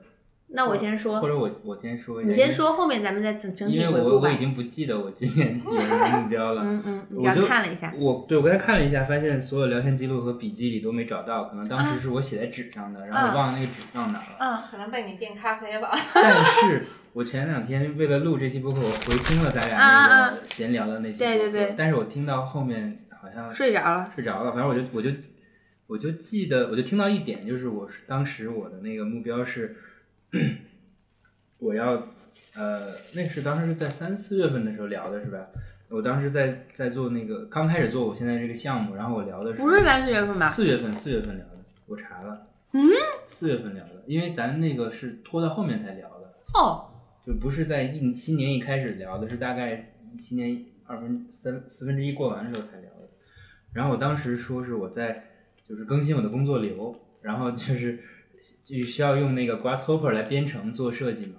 S1: 那我先说
S3: 或者我我先说一下，
S1: 你先说，后面咱们再整整
S3: 因
S1: 体
S3: 为，因
S1: 回
S3: 为
S1: 顾
S3: 我
S1: 吧
S3: 我已。经不记得我今年
S1: *laughs*
S3: 有什么目标了。
S1: 嗯嗯，你
S3: 我
S1: 刚
S3: 就
S1: 看了一下，
S3: 我对我刚才看了一下，发现所有聊天记录和笔记里都没找到，可能当
S1: 啊
S3: 时是我写在纸上的，然后我忘了那个纸放哪了。
S1: 嗯，
S4: 可能被你变咖啡了。
S3: 但是我前两天为了录这期播客，我回听了咱俩那个闲聊的那期播客，
S1: 啊对对对
S3: 但是我听到后面好像
S1: 睡着了。
S3: 睡着了，反正我就我就我就记得，我就听到一点，就是我是当时我的那个目标是， *clears throat* 我要呃，那是当时是在三四月份的时候聊的是吧？我当时在在做那个刚开始做我现在这个项目，然后我聊的
S1: 不是三四月份吧？
S3: 四月份，四月份聊的，我查了，
S1: 嗯，
S3: 四月份聊的，因为咱那个是拖到后面才聊的，
S1: 哦，
S3: 就不是在一新年一开始聊的，是大概新年二分三四分之一过完的时候才聊的。然后我当时说是我在就是更新我的工作流，然后就是就需要用那个 Grasshopper 来编程做设计嘛。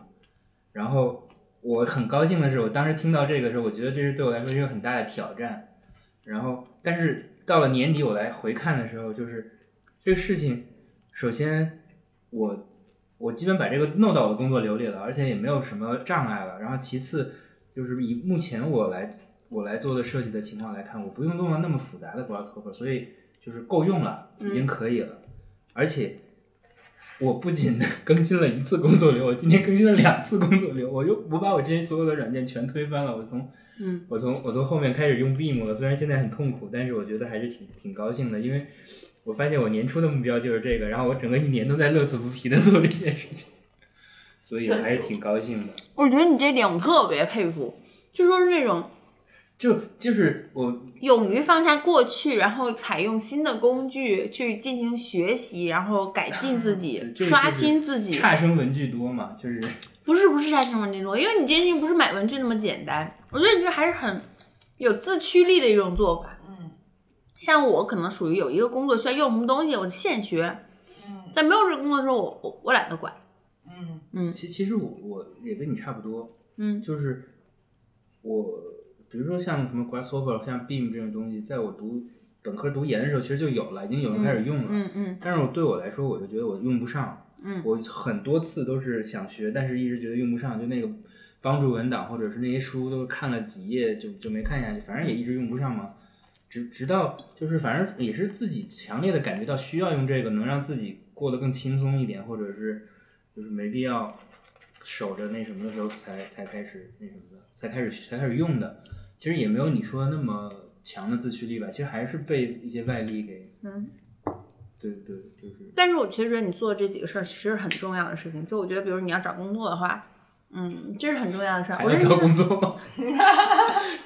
S3: 然后我很高兴的是，我当时听到这个时候，我觉得这是对我来说一个很大的挑战。然后，但是到了年底我来回看的时候，就是这个事情，首先我我基本把这个弄到我的工作流里了，而且也没有什么障碍了。然后其次就是以目前我来我来做的设计的情况来看，我不用弄到那么复杂的 Grasshopper，所以就是够用了，已经可以了。而且我不仅 *laughs* 更新了一次工作流，我今天更新了两次工作流，我就我把我之前所有的软件全推翻了，我从
S1: 嗯，
S3: 我从我从后面开始用 Beam 了，虽然现在很痛苦，但是我觉得还是挺挺高兴的，因为我发现我年初的目标就是这个，然后我整个一年都在乐此不疲的做这件事情，所以我还是挺高兴的。
S1: 我觉得你这点我特别佩服，就说是那种
S3: 就就是我
S1: 勇于放下过去，然后采用新的工具去进行学习，然后改进自己，
S3: 这
S1: 刷新自己。
S3: 差生文具多嘛，就是
S1: 不是不是差生文具多，因为你这件事情不是买文具那么简单。我觉得你这还是很有自驱力的一种做法。
S4: 嗯
S1: 像我可能属于有一个工作需要用什么东西，我现学，
S4: 嗯
S1: 在没有这个工作的时候，我我我懒得管。
S4: 嗯
S3: 其其实我我也跟你差不多，
S1: 嗯
S3: 就是我，比如说像什么 Grasshopper、像 Beam 这种东西，在我读本科读研的时候，其实就有了，已经有人开始用了。
S1: 嗯嗯
S3: 但是我对我来说，我就觉得我用不上。
S1: 嗯
S3: 我很多次都是想学，但是一直觉得用不上，就那个帮助文档或者是那些书，都是看了几页就就没看下去，反正也一直用不上嘛。直直到就是反正也是自己强烈的感觉到需要用这个，能让自己过得更轻松一点，或者是就是没必要守着那什么的时候才才开始那什么的，才开始才开始用的。其实也没有你说那么强的自驱力吧，其实还是被一些外力给
S1: 嗯。
S3: 对对就是
S1: 但是我其实觉得你做这几个事儿其实是很重要的事情。就我觉得，比如你要找工作的话，嗯，这是很重要的事儿。
S3: 还
S1: 我认
S3: 要
S1: 真
S3: 找
S1: 的
S3: 工
S1: *laughs*
S3: 作吗？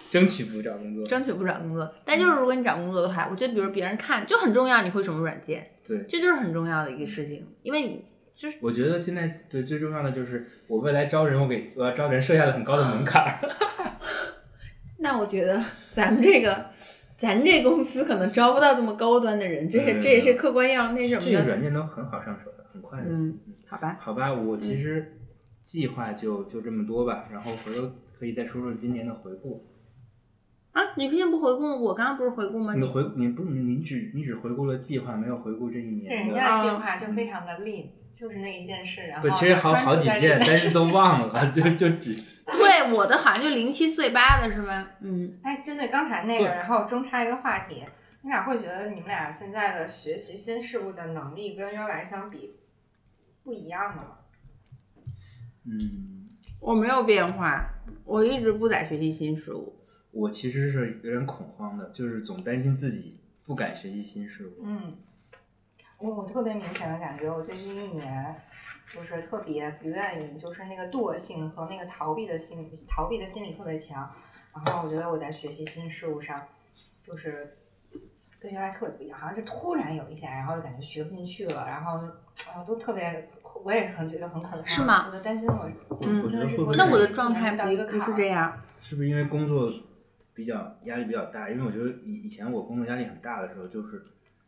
S3: 争取不找工作。
S1: 争取不找工作，但
S3: 嗯
S1: 就是如果你找工作的话，我觉得比如别人看就很重要，你会什么软件，
S3: 对，
S1: 这就是很重要的一个事情，因为你就是
S3: 我觉得现在对最重要的就是我未来招人，我给我要招人设下了很高的门
S1: *laughs*
S3: 槛儿。
S1: 那我觉得 *laughs* 咱们这个。咱这公司可能招不到这么高端的人，这
S3: 没有没
S1: 也
S3: 有
S1: 这也是客观要那什
S3: 嗯这
S1: 么
S3: 个
S1: 的。
S3: 软件都很好上手的，很快的。
S1: 嗯，好吧，
S3: 好吧，我其实计划就就这么多吧，然后回头可以再说说今年的回顾。
S1: 啊，你毕竟不回顾吗，我刚刚不是回顾吗？
S3: 你回你不你只你只回顾了计划，没有回顾这一
S1: 嗯
S4: 这人
S3: 年的。
S4: 家计划就非常的 lean，就是那一件事，然后
S3: 对，其实好
S4: 专注
S3: 好几
S4: 在这
S3: 件，
S4: 件
S3: 但
S4: 事
S3: 是都忘
S1: *laughs*
S3: 了，就就只
S1: 对，我的好像就零七碎八的是吧？嗯，
S4: *laughs* 哎，针对刚才那个，
S3: 对
S4: 然后中插一个话题，你俩会觉得你们俩现在的学习新事物的能力跟原来相比不一样了吗？
S3: 嗯。
S1: 我没有变化，我一直不咋学习新事物。
S3: 我其实是有点恐慌的，就是总担心自己不敢学习新事物。
S4: 嗯，我我特别明显的感觉，我最近一年就是特别不愿意，就是那个惰性和那个逃避的心逃避的心理特别强。然后我觉得我在学习新事物上，就是跟原来特别不一样，好像是突然有一下，然后就感觉学不进去了，然后啊，都特别，我也是很觉得很恐慌，
S1: 是吗
S4: 我就担心我，
S1: 嗯
S3: 我
S4: 真
S3: 觉得
S4: 的
S3: 会
S4: 是
S3: 不会
S4: 我
S3: 是
S1: 那我的
S4: 严
S1: 状态
S4: 重到一个
S1: 不不是
S4: 坎儿
S1: 这，样，
S3: 是不是因为工作比较压力比较大？因为我觉得以以前我工作压力很大的时候，就是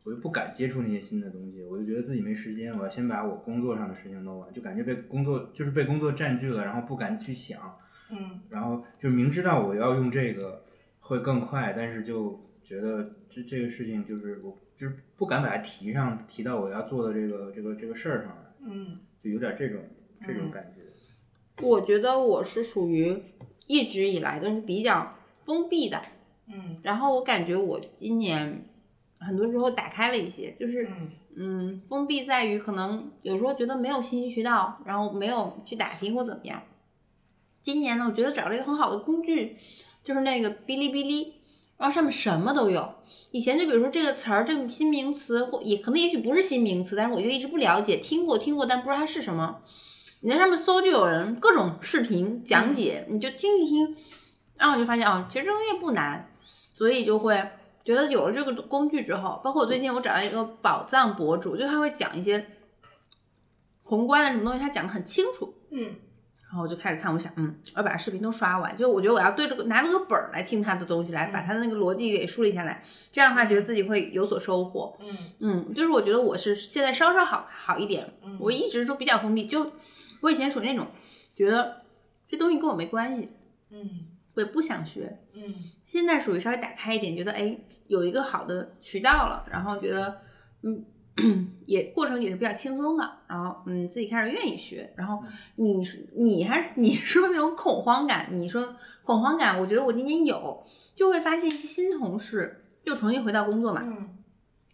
S3: 我就不敢接触那些新的东西，我就觉得自己没时间，我要先把我工作上的事情弄完，就感觉被工作就是被工作占据了，然后不敢去想，
S4: 嗯，
S3: 然后就明知道我要用这个会更快，但是就觉得这这个事情就是我就是不敢把它提上提到我要做的这个这个这个事儿上来，
S4: 嗯
S3: 就有点这种这种
S4: 嗯
S3: 感觉。
S1: 我觉得我是属于一直以来都是比较封闭的，
S4: 嗯
S1: 然后我感觉我今年很多时候打开了一些，就是
S4: 嗯
S1: 嗯，封闭在于可能有时候觉得没有信息渠道，然后没有去打听或怎么样。今年呢，我觉得找了一个很好的工具，就是那个哔哩哔哩，然后上面什么都有。以前就比如说这个词儿，这个新名词，或也可能也许不是新名词，但是我就一直不了解，听过听过，但不知道它是什么。你在上面搜就有人各种视频讲解，你就听一听，然后我就发现啊、哦，其实这个东西不难，所以就会觉得有了这个工具之后，包括我最近我找到一个宝藏博主，就他会讲一些宏观的什么东西，他讲的很清楚。
S4: 嗯
S1: 然后我就开始看，我想，嗯，我要把视频都刷完，就我觉得我要对这个拿这个本儿来听他的东西，来
S4: 嗯
S1: 把他的那个逻辑给梳理下来，这样的话觉得自己会有所收获。
S4: 嗯
S1: 嗯，就是我觉得我是现在稍稍好好一点，
S4: 嗯，
S1: 我一直都比较封闭，就我以前属于那种觉得这东西跟我没关系，
S4: 嗯
S1: 我也不想学，
S4: 嗯
S1: 现在属于稍微打开一点，觉得哎有一个好的渠道了，然后觉得嗯也过程也是比较轻松的，然后嗯自己开始愿意学，然后你你还是你说那种恐慌感，你说恐慌感，我觉得我今年有，就会发现一些新同事又重新回到工作嘛，
S4: 嗯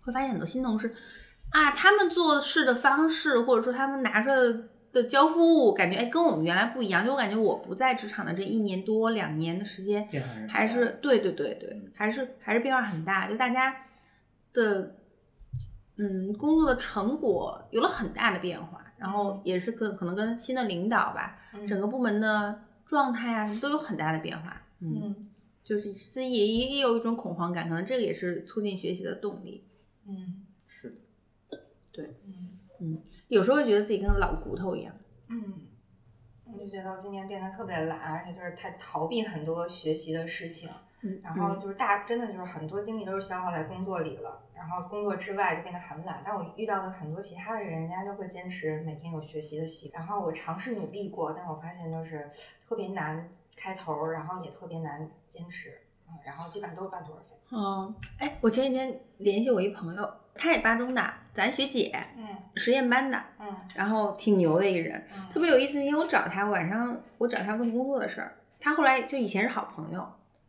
S1: 会发现很多新同事啊，他们做事的方式，或者说他们拿出来的的交付物，感觉哎跟我们原来不一样，就我感觉我不在职场的这一年多两年的时间。
S3: 变化很大
S1: 还是对对对对
S3: 嗯，
S1: 还是还是变化很大，就大家的嗯工作的成果有了很大的变化，然后也是跟可能跟新的领导吧，
S4: 嗯
S1: 整个部门的状态啊都有很大的变化，嗯，
S4: 嗯
S1: 就是自己也也有一种恐慌感，可能这个也是促进学习的动力。
S4: 嗯
S3: 是的，
S4: 嗯
S1: 有时候会觉得自己跟老骨头一样，
S4: 嗯，我就觉得我今年变得特别懒，而且就是太逃避很多学习的事情。
S1: 嗯
S4: 然后就是大，真的就是很多精力都是消耗在工作里了，然后工作之外就变得很懒。但我遇到的很多其他的人，人家就会坚持每天有学习的习惯。然后我尝试努力过，但我发现就是特别难开头，然后也特别难坚持，嗯然后基本上都是半途而废。
S1: 嗯，哎，我前几天联系我一朋友，她也八中的，咱学姐，
S4: 嗯
S1: 实验班的，
S4: 嗯
S1: 然后挺牛的一个人。特
S4: 嗯
S1: 别有意思，因为我找他晚上，我找他问工作的事儿。他后来就以前是好朋友，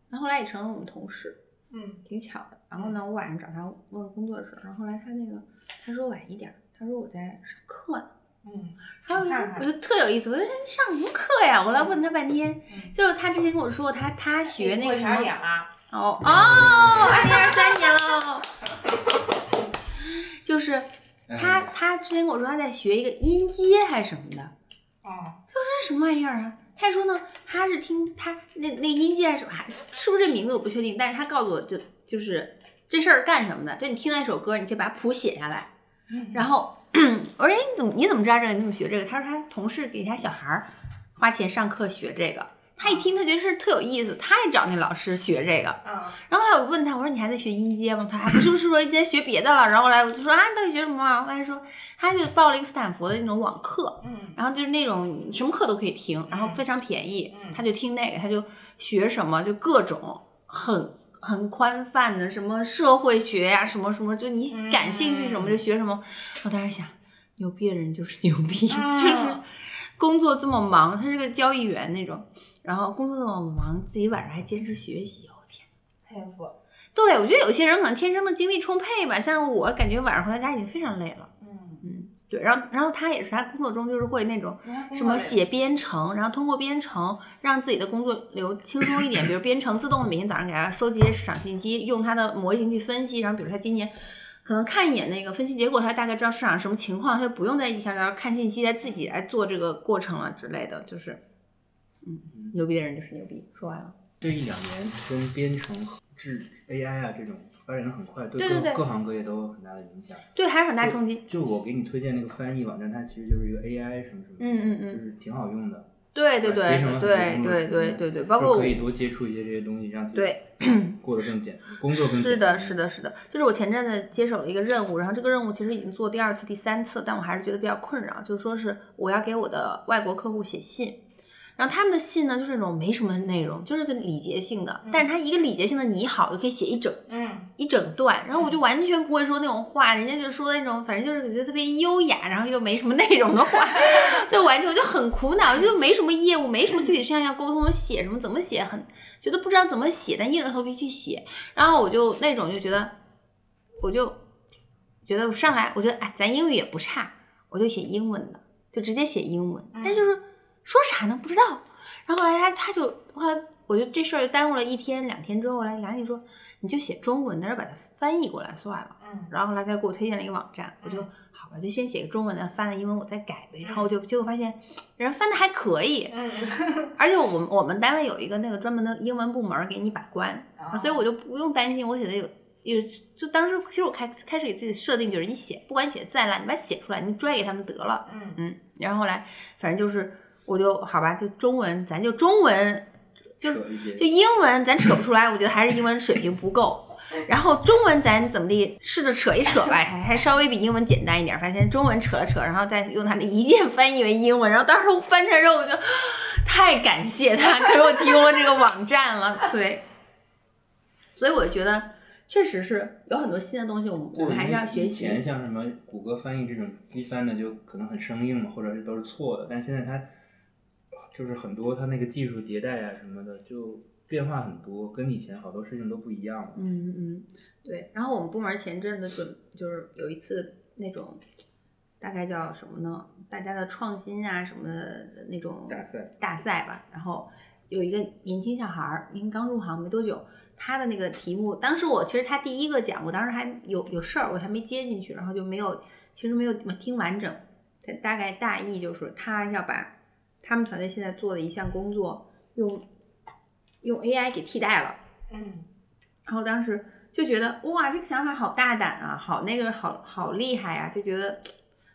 S1: 然后后来也成了我们同事，
S4: 嗯
S1: 挺巧的。然后呢，我晚上找他问工作的事儿，然后后来他那个他说晚一点儿，他说我在上课呢。
S4: 嗯
S1: 然后我就
S4: 看看
S1: 我就特有意思，我就说上什么课呀？我来问他半天
S4: 嗯。哎
S1: 就是他之前跟我说过，他他学那
S4: 你
S1: 个
S4: 会
S1: 什
S4: 啥
S1: 么
S4: 痒啊？
S1: 哦哦，二零二三年喽， *laughs* 就是他
S3: 嗯
S1: 他之前跟我说他在学一个音阶还是什么的。
S4: 嗯
S1: 这是什么玩意儿啊？他说呢，他是听他那那音阶还是还是不是这名字我不确定，但是他告诉我就就是这事儿干什么的，就你听到一首歌，你可以把谱写下来，
S4: 嗯
S1: 然后 *clears throat* 我说哎你怎么你怎么知道这个？你怎么学这个？他说他同事给他小孩儿花钱上课学这个，他一听他觉得是特有意思，他也找那老师学这个，
S4: 嗯
S1: 然后后来我问他，我说你还在学音阶吗？他还不是不是说在学别的了？然后后来我就说啊，你到底学什么啊？后来说他就报了一个斯坦福的那种网课，
S4: 嗯
S1: 然后就是那种什么课都可以听，然后非常便宜，
S4: 嗯
S1: 他就听那个，他就学什么就各种很很宽泛的什么社会学呀、什么什么，就你感兴趣什么
S4: 嗯
S1: 就学什么。我当时想，牛逼的人就是牛逼，
S4: 嗯
S1: *laughs* 就是工作这么忙，他是个交易员那种，然后工作这么忙，自己晚上还坚持学习，我天。
S4: 佩服。
S1: 对，我觉得有些人可能天生的精力充沛吧，像我感觉晚上回到家已经非常累了，
S4: 嗯，
S1: 嗯，对，然后然后他也是，他工作中就是会那种什么
S4: 写？
S1: 写编程，然后通过编程让自己的工作流轻松一点，比如编程自动每天早上给它搜集一些市场信息，用它的模型去分析，然后比如它今年可能看一眼那个分析结果，它大概知道市场什么情况，它就不用再一条条看信息，再自己来做这个过程了之类的，就是，嗯，牛逼的人就是牛逼。说完了，
S3: 这一两年跟编程智 AI 啊这种发展的很快，对
S1: 对
S3: 各
S1: 对对
S3: 各行各业都有很大的影响。
S1: 对，还是很大冲击。
S3: 就我给你推荐那个翻译网站，它其实就是一个 AI 什么什么，
S1: 嗯嗯嗯
S3: 就是挺好用的，
S1: 对对
S3: 节省
S1: 对
S3: 了
S1: 对
S3: 很多
S1: 对
S3: 工作时
S1: 对
S3: 间
S1: 对对，包括
S3: 就
S1: 我
S3: 可以多接触一些这些东西，让自己
S1: 对。
S3: *clears throat* 过得更简，工作更简单。
S1: 是的，是，的，是的，就是我前阵子接手了一个任务，然后这个任务其实已经做第二次、第三次，但我还是觉得比较困扰，就是说是我要给我的外国客户写信，然后他们的信呢就是那种没什么内容，就是个礼节性的，但是他一个礼节性的你好就可以写一整
S4: 嗯，
S1: 一整段，然后我就完全不会说那种话，人家就说那种，反正就是我觉得特别优雅，然后又没什么内容的话， *laughs* 就完全我就很苦恼，就没什么业务，没什么具体事项要沟通，写什么怎么写，很觉得不知道怎么写，但硬着头皮去写，然后我就那种就觉得，我就觉得我上来，我觉得哎，咱英语也不差，我就写英文的，就直接写英文，
S4: 嗯
S1: 但是就是说啥呢不知道，然后后来他他就后来。我就这事儿就耽误了一天两天之后，后来梁姐说你就写中文的，然后把它翻译过来算了。
S4: 嗯，
S1: 然后后来他给我推荐了一个网站，我就
S4: 嗯
S1: 好吧，就先写个中文的，翻了英文我再改呗。然后我就结果发现，人家翻的还可以，
S4: 嗯，
S1: 而且我们我们单位有一个那个专门的英文部门儿给你把关，啊所以我就不用担心我写的有有，就当时其实我开开始给自己设定就是你写，不管你写得再烂，你把它写出来，你拽给他们得了。
S4: 嗯
S1: 嗯，然后后来反正就是我就好吧，就中文咱就中文，就
S3: 扯一些
S1: 就英文咱扯不出来，我觉得还是英文水平不够。然后中文咱怎么地，试着扯一扯吧，还还稍微比英文简单一点。反正中文扯了扯，然后再用他的一键翻译为英文，然后当时我翻出来之后，我就太感谢他给我提供了这个网站了。对，所以我觉得确实是有很多新的东西，我们我们还是要学
S3: 嗯以前
S1: 习。
S3: 像什么谷歌翻译这种机翻的，就可能很生硬嘛，或者是都是错的。但现在它就是很多它那个技术迭代啊什么的，就变化很多，跟以前好多事情都不一样了。
S1: 嗯嗯，对。然后我们部门前阵子准就是有一次那种，大概叫什么呢？大家的创新啊什么的那种
S3: 大赛
S1: 大赛吧。然后有一个年轻小孩儿，因为刚入行没多久，他的那个题目，当时我其实他第一个讲，我当时还有有事儿，我还没接进去，然后就没有，其实没有听完整。他大概大意就是他要把他们团队现在做的一项工作用用 AI 给替代了。
S4: 嗯
S1: 然后当时就觉得哇，这个想法好大胆啊，好那个好好厉害啊，就觉得嘖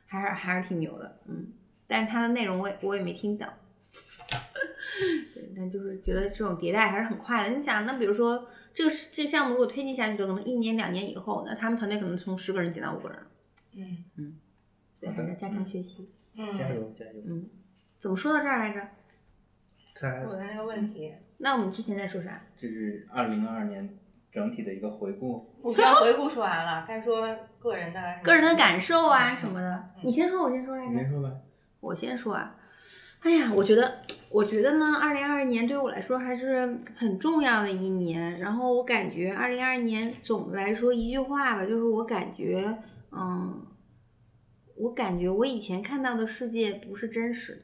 S1: 还是还是挺牛的，嗯。但是它的内容我也我也没听到， *laughs* 对，但就是觉得这种迭代还是很快的。你想，那比如说这个是这个项目如果推进下去了，可能一年两年以后，那他们团队可能从十个人减到五个人，
S4: 嗯
S1: 所以还是要加强学习。
S3: 加
S4: 嗯，
S3: 油加油！
S1: 嗯，怎么说到这儿来着？
S3: 它
S4: 我的那个问题，
S1: 那我们之前在说啥？
S3: 这是二零二二年整体的一个回顾，
S4: 我刚回顾说完了，该说个人的
S1: 个人的感受啊什么的。你先说，我先说来
S3: 你
S1: 着
S3: 先。说吧。
S1: 我先说啊，哎呀，我觉得，我觉得呢，二零二二年对我来说还是很重要的一年。然后我感觉二零二二年总的来说一句话吧，就是我感觉，嗯，我感觉我以前看到的世界不是真实的，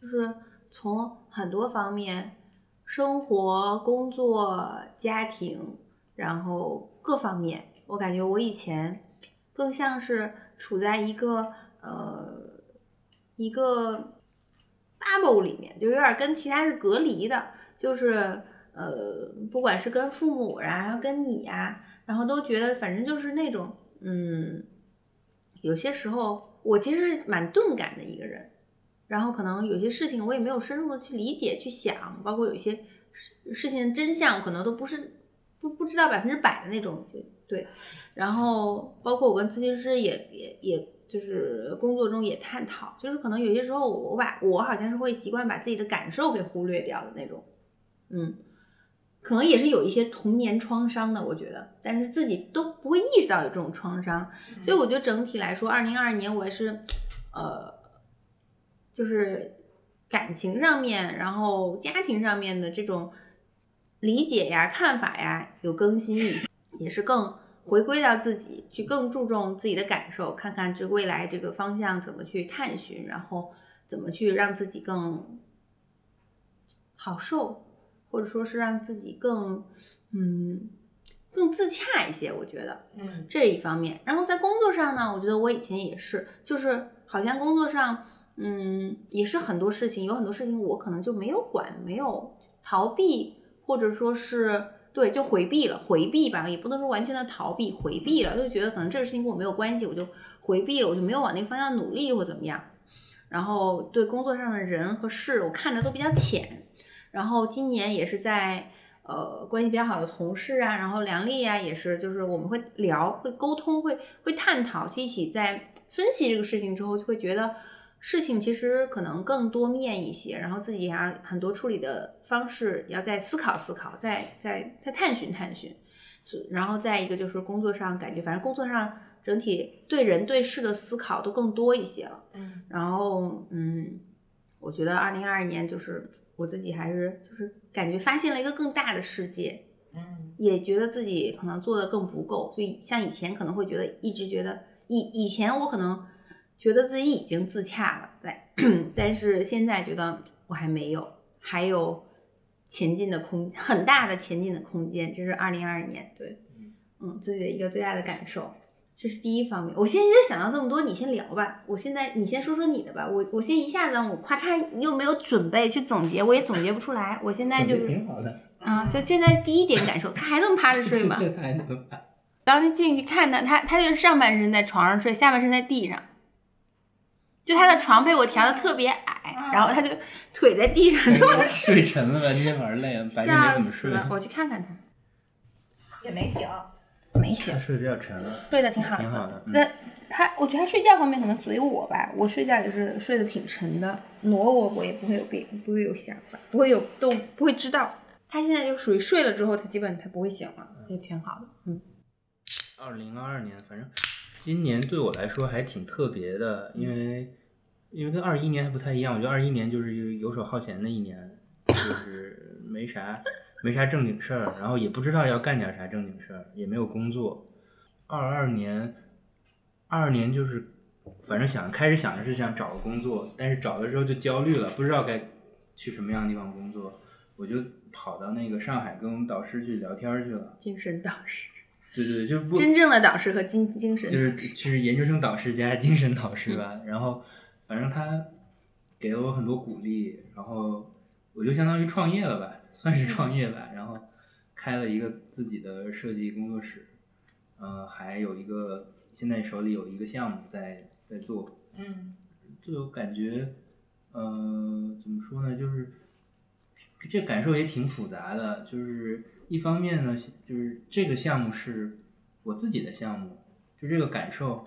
S1: 就是从很多方面，生活、工作、家庭，然后各方面，我感觉我以前更像是处在一个呃一个 bubble 里面，就有点跟其他是隔离的，就是呃，不管是跟父母啊，然后跟你啊，然后都觉得反正就是那种嗯，有些时候我其实是蛮钝感的一个人，然后可能有些事情我也没有深入的去理解、去想，包括有一些事事情的真相可能都不是不不知道百分之百的那种，就对。然后包括我跟咨询师也也也就是工作中也探讨，就是可能有些时候我我把我好像是会习惯把自己的感受给忽略掉的那种，嗯。可能也是有一些童年创伤的，我觉得，但是自己都不会意识到有这种创伤，所以我觉得整体来说，二零二二年我也是，呃，就是感情上面，然后家庭上面的这种理解呀、看法呀有更新一些，也是更回归到自己，去更注重自己的感受，看看这未来这个方向怎么去探寻，然后怎么去让自己更好受，或者说是让自己更嗯更自洽一些，我觉得。
S4: 嗯
S1: 这一方面。然后在工作上呢，我觉得我以前也是，就是好像工作上，嗯，也是很多事情，有很多事情我可能就没有管，没有逃避，或者说是对，就回避了，回避吧，也不能说完全的逃避，回避了，就觉得可能这个事情跟我没有关系，我就回避了，我就没有往那个方向努力或怎么样。然后对工作上的人和事，我看的都比较浅。然后今年也是在呃关系比较好的同事啊，然后梁丽啊，也是就是我们会聊、会沟通、会会探讨，一起在分析这个事情之后，就会觉得事情其实可能更多面一些，然后自己啊很多处理的方式要再思考思考，再再再探寻探寻。是然后再一个就是工作上感觉，反正工作上整体对人对事的思考都更多一些了。
S4: 嗯，
S1: 然后嗯，我觉得二零二二年就是我自己还是就是感觉发现了一个更大的世界，
S4: 嗯，
S1: 也觉得自己可能做的更不够，所以像以前可能会觉得一直觉得以以前我可能觉得自己已经自洽了，对，但是现在觉得我还没有，还有前进的空很大的前进的空间，这是二零二二年对
S3: 嗯，
S1: 嗯自己的一个最大的感受。这是第一方面。我现在就想到这么多，你先聊吧。我现在你先说说你的吧。我我先一下子让我咔嚓又没有准备去总结，我也总结不出来。我现在就
S3: 感觉
S1: 是
S3: 挺好的。
S1: 啊，就现在是第一点感受，他还这么趴着睡 *laughs*
S3: *laughs*
S1: 吗？
S3: 这个还能吧
S1: 当时进去看他，他他就是上半身在床上睡，下半身在地上。就他的床被我调的特别矮，然后他就腿在地上，
S3: 睡沉了吧？今天晚上累啊，白天没
S1: 吓
S3: 怎么
S1: 死
S3: 睡，
S1: 了。我去看看他，
S4: 也没醒，
S1: 没醒
S3: 他，睡得比较沉了，
S1: 睡得挺好的
S3: 挺。好的。嗯
S1: 那他，我觉得他睡觉方面可能随我吧，我睡觉也是睡得挺沉的，挪我我也不会有病，不会有想法，不会有动，不会知道。他现在就属于睡了之后，他基本他不会醒了，也挺好的。嗯，
S3: 二零二二年，反正今年对我来说还挺特别的，因为因为跟二一年还不太一样。我觉得二一年就是游手好闲的一年，就是没啥没啥正经事儿，然后也不知道要干点啥正经事儿，也没有工作。二二年，二二年就是反正想开始想着是想找个工作，但是找的时候就焦虑了，不知道该去什么样的地方工作，我就跑到那个上海跟我们导师去聊天儿去了。
S1: 精神导师，
S3: 对对对，就不
S1: 真正的导师和精精神
S3: 就是就是研究生导师加精神导师吧。然后反正他给了我很多鼓励，然后我就相当于创业了吧，算
S1: 嗯
S3: 是创业吧。然后开了一个自己的设计工作室，呃，还有一个现在手里有一个项目在在做，
S4: 嗯
S3: 就有感觉，呃，怎么说呢，就是这感受也挺复杂的。就是一方面呢，就是这个项目是我自己的项目，就这个感受，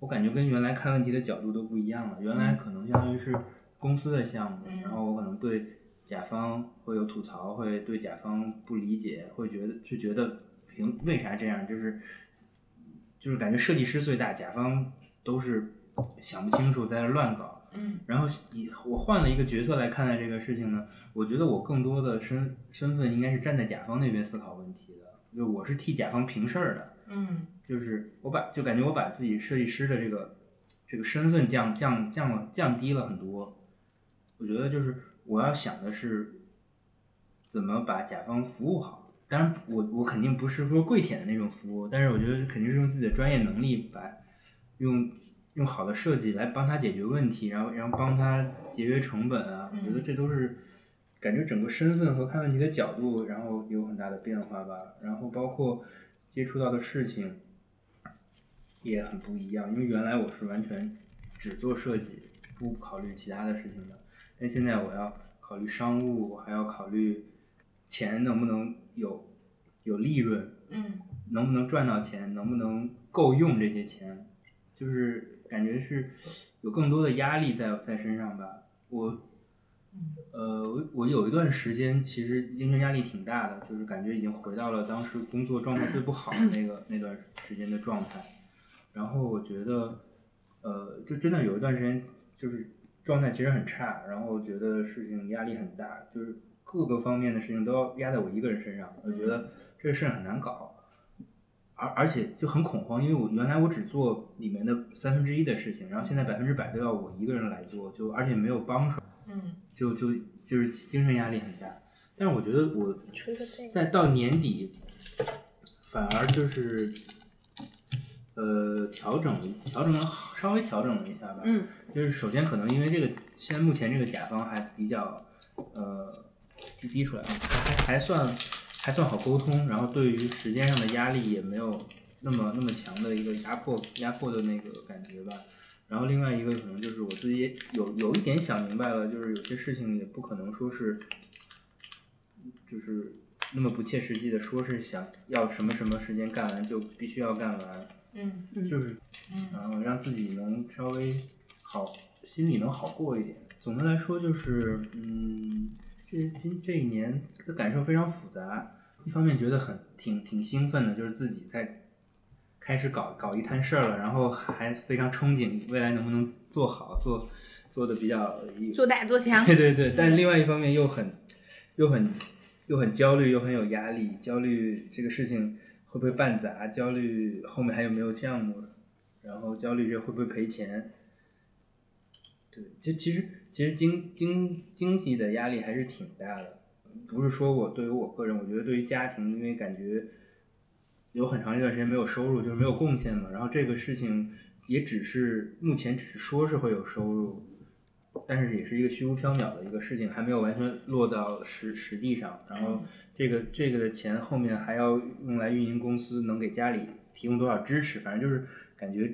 S3: 我感觉跟原来看问题的角度都不一样了。原来可能相当于是公司的项目，
S4: 嗯
S3: 然后我可能对甲方会有吐槽，会对甲方不理解，会觉得就觉得凭为啥这样，就是就是感觉设计师最大，甲方都是想不清楚，在这乱搞。
S4: 嗯
S3: 然后以我换了一个角色来看待这个事情呢，我觉得我更多的身身份应该是站在甲方那边思考问题的，就我是替甲方平事儿的。
S4: 嗯
S3: 就是我把就感觉我把自己设计师的这个这个身份降降降了降低了很多。我觉得就是我要想的是怎么把甲方服务好。当然我，我肯定不是说跪舔的那种服务，但是我觉得肯定是用自己的专业能力把用用好的设计来帮他解决问题，然后然后帮他节约成本啊。我觉得
S4: 嗯
S3: 这都是感觉整个身份和看问题的角度，然后有很大的变化吧。然后包括接触到的事情，也很不一样，因为原来我是完全只做设计，不考虑其他的事情的，但现在我要考虑商务，我还要考虑钱能不能有有利润，
S4: 嗯
S3: 能不能赚到钱，能不能够用这些钱，就是感觉是有更多的压力在在身上吧。我，呃，我我有一段时间其实竞争压力挺大的，就是感觉已经回到了当时工作状态最不好的那个那段时间的状态。然后我觉得，呃，就真的有一段时间就是状态其实很差，然后觉得事情压力很大，就是各个方面的事情都要压在我一个人身上，我觉得这个事儿很难搞，而而且就很恐慌，因为我原来我只做里面的三分之一的事情，然后现在百分之百都要我一个人来做，就而且没有帮手，
S4: 嗯
S3: 就就就是精神压力很大。但是我觉得我
S1: 除了这
S3: 再到年底，反而就是，呃，调整调整了，稍微调整了一下吧。
S1: 嗯，
S3: 就是首先可能因为这个，现啊在目前这个甲方还比较，呃，低低出来，还还还算还算好沟通，然后对于时间上的压力也没有那么那么强的一个压迫压迫的那个感觉吧。然后另外一个可能就是我自己也有有一点想明白了，就是有些事情也不可能说是，就是那么不切实际的说是想要什么什么时间干完就必须要干完，
S4: 嗯
S3: 就是
S4: 嗯
S3: 然后让自己能稍微好，心里能好过一点。总的来说就是，嗯，这今这一年的感受非常复杂。一方面觉得很挺挺兴奋的，就是自己在开始搞搞一摊事儿了，然后还非常憧憬未来能不能做好，做做的比较。
S1: 做大做强
S3: *laughs* 对对对，但另外一方面又很又很又很焦虑，又很有压力。焦虑这个事情会不会办砸？焦虑后面还有没有项目？然后焦虑这会不会赔钱？对，就其实其实经经经济的压力还是挺大的。不是说我对于我个人，我觉得对于家庭，因为感觉有很长一段时间没有收入，就是没有贡献嘛。然后这个事情也只是目前只是说是会有收入，但是也是一个虚无缥缈的一个事情，还没有完全落到实实地上。然后这个这个的钱后面还要用来运营公司，能给家里提供多少支持，反正就是感觉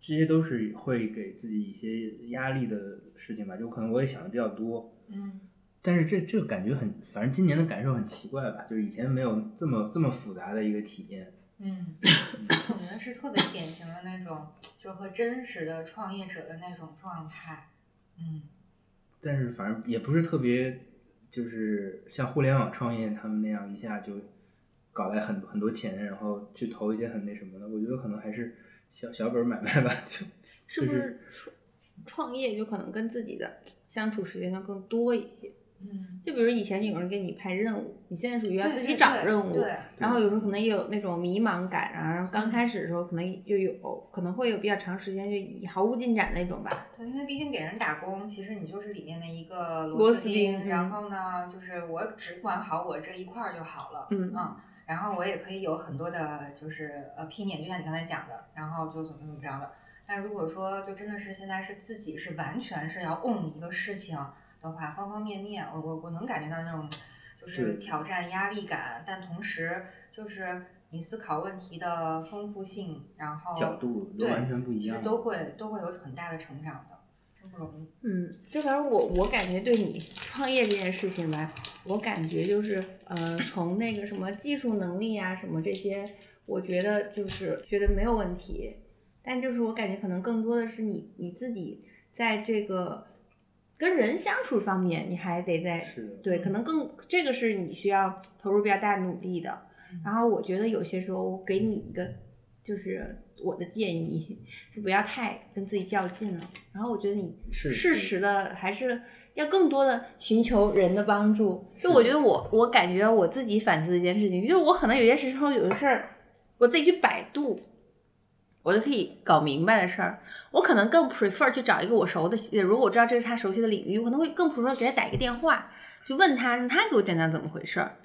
S3: 这些都是会给自己一些压力的事情吧。就可能我也想的比较多，
S4: 嗯
S3: 但是这这个感觉很，反正今年的感受很奇怪吧，就是以前没有这么这么复杂的一个体验。
S4: 嗯，我觉得是特别典型的那种，就和真实的创业者的那种状态。嗯
S3: 但是反正也不是特别，就是像互联网创业他们那样一下就搞来很很多钱，然后去投一些很那什么的。我觉得可能还是小小本儿买卖吧，就是就是
S1: 创创业就可能跟自己的相处时间要更多一些？
S4: 嗯，
S1: 就比如以前有人给你派任务，你现在属于要
S4: 对
S1: 自
S4: 对
S1: 己找
S4: 对
S1: 任务，
S4: 对，
S1: 然后有时候可能也有那种迷茫感啊，然后刚
S4: 嗯
S1: 开始的时候可能就有，可能会有比较长时间就以毫无进展那种吧。
S4: 对，因为毕竟给人打工，其实你就是里面的一个
S1: 螺
S4: 螺
S1: 丝
S4: 丝
S1: 钉
S4: 钉。
S1: 嗯
S4: 然后呢，就是我只管好我这一块儿就好了。
S1: 嗯
S4: 嗯，然后我也可以有很多的，就是呃 opinion，就像你刚才讲的，然后就怎么怎么着的。但如果说就真的是现在是自己是完全是要 own 一个事情的话，方方面面，我我我能感觉到那种就是是挑战压力感，但同时就是你思考问题的丰富性，然
S1: 哦
S4: 后
S3: 角度都
S4: 对
S3: 完全不一
S4: 其
S3: 样
S4: 实。都会都会有很大的成长的，真不容易。
S1: 嗯，就反正我我感觉对你创业这件事情吧，我感觉就是呃，从那个什么技术能力啊什么这些，我觉得就是觉得没有问题，但就是我感觉可能更多的是你你自己在这个跟人相处方面，你还得在
S3: 是的，
S1: 对，可能更这个是你需要投入比较大的努力的。
S3: 嗯
S1: 然后我觉得有些时候我给你一个，就是我的建议是不要太跟自己较劲了。然后我觉得你
S3: 是
S1: 适
S3: 是
S1: 时的还是要更多的寻求人的帮助。就我觉得我我感觉到我自己反思的一件事情，就是我可能有些时候有的事儿，我自己去百度。我就可以搞明白的事儿，我可能更 prefer 去找一个我熟的，呃如果我知道这是他熟悉的领域，我可能会更 prefer 给他打一个电话，就问他，让他给我讲讲怎么回事儿。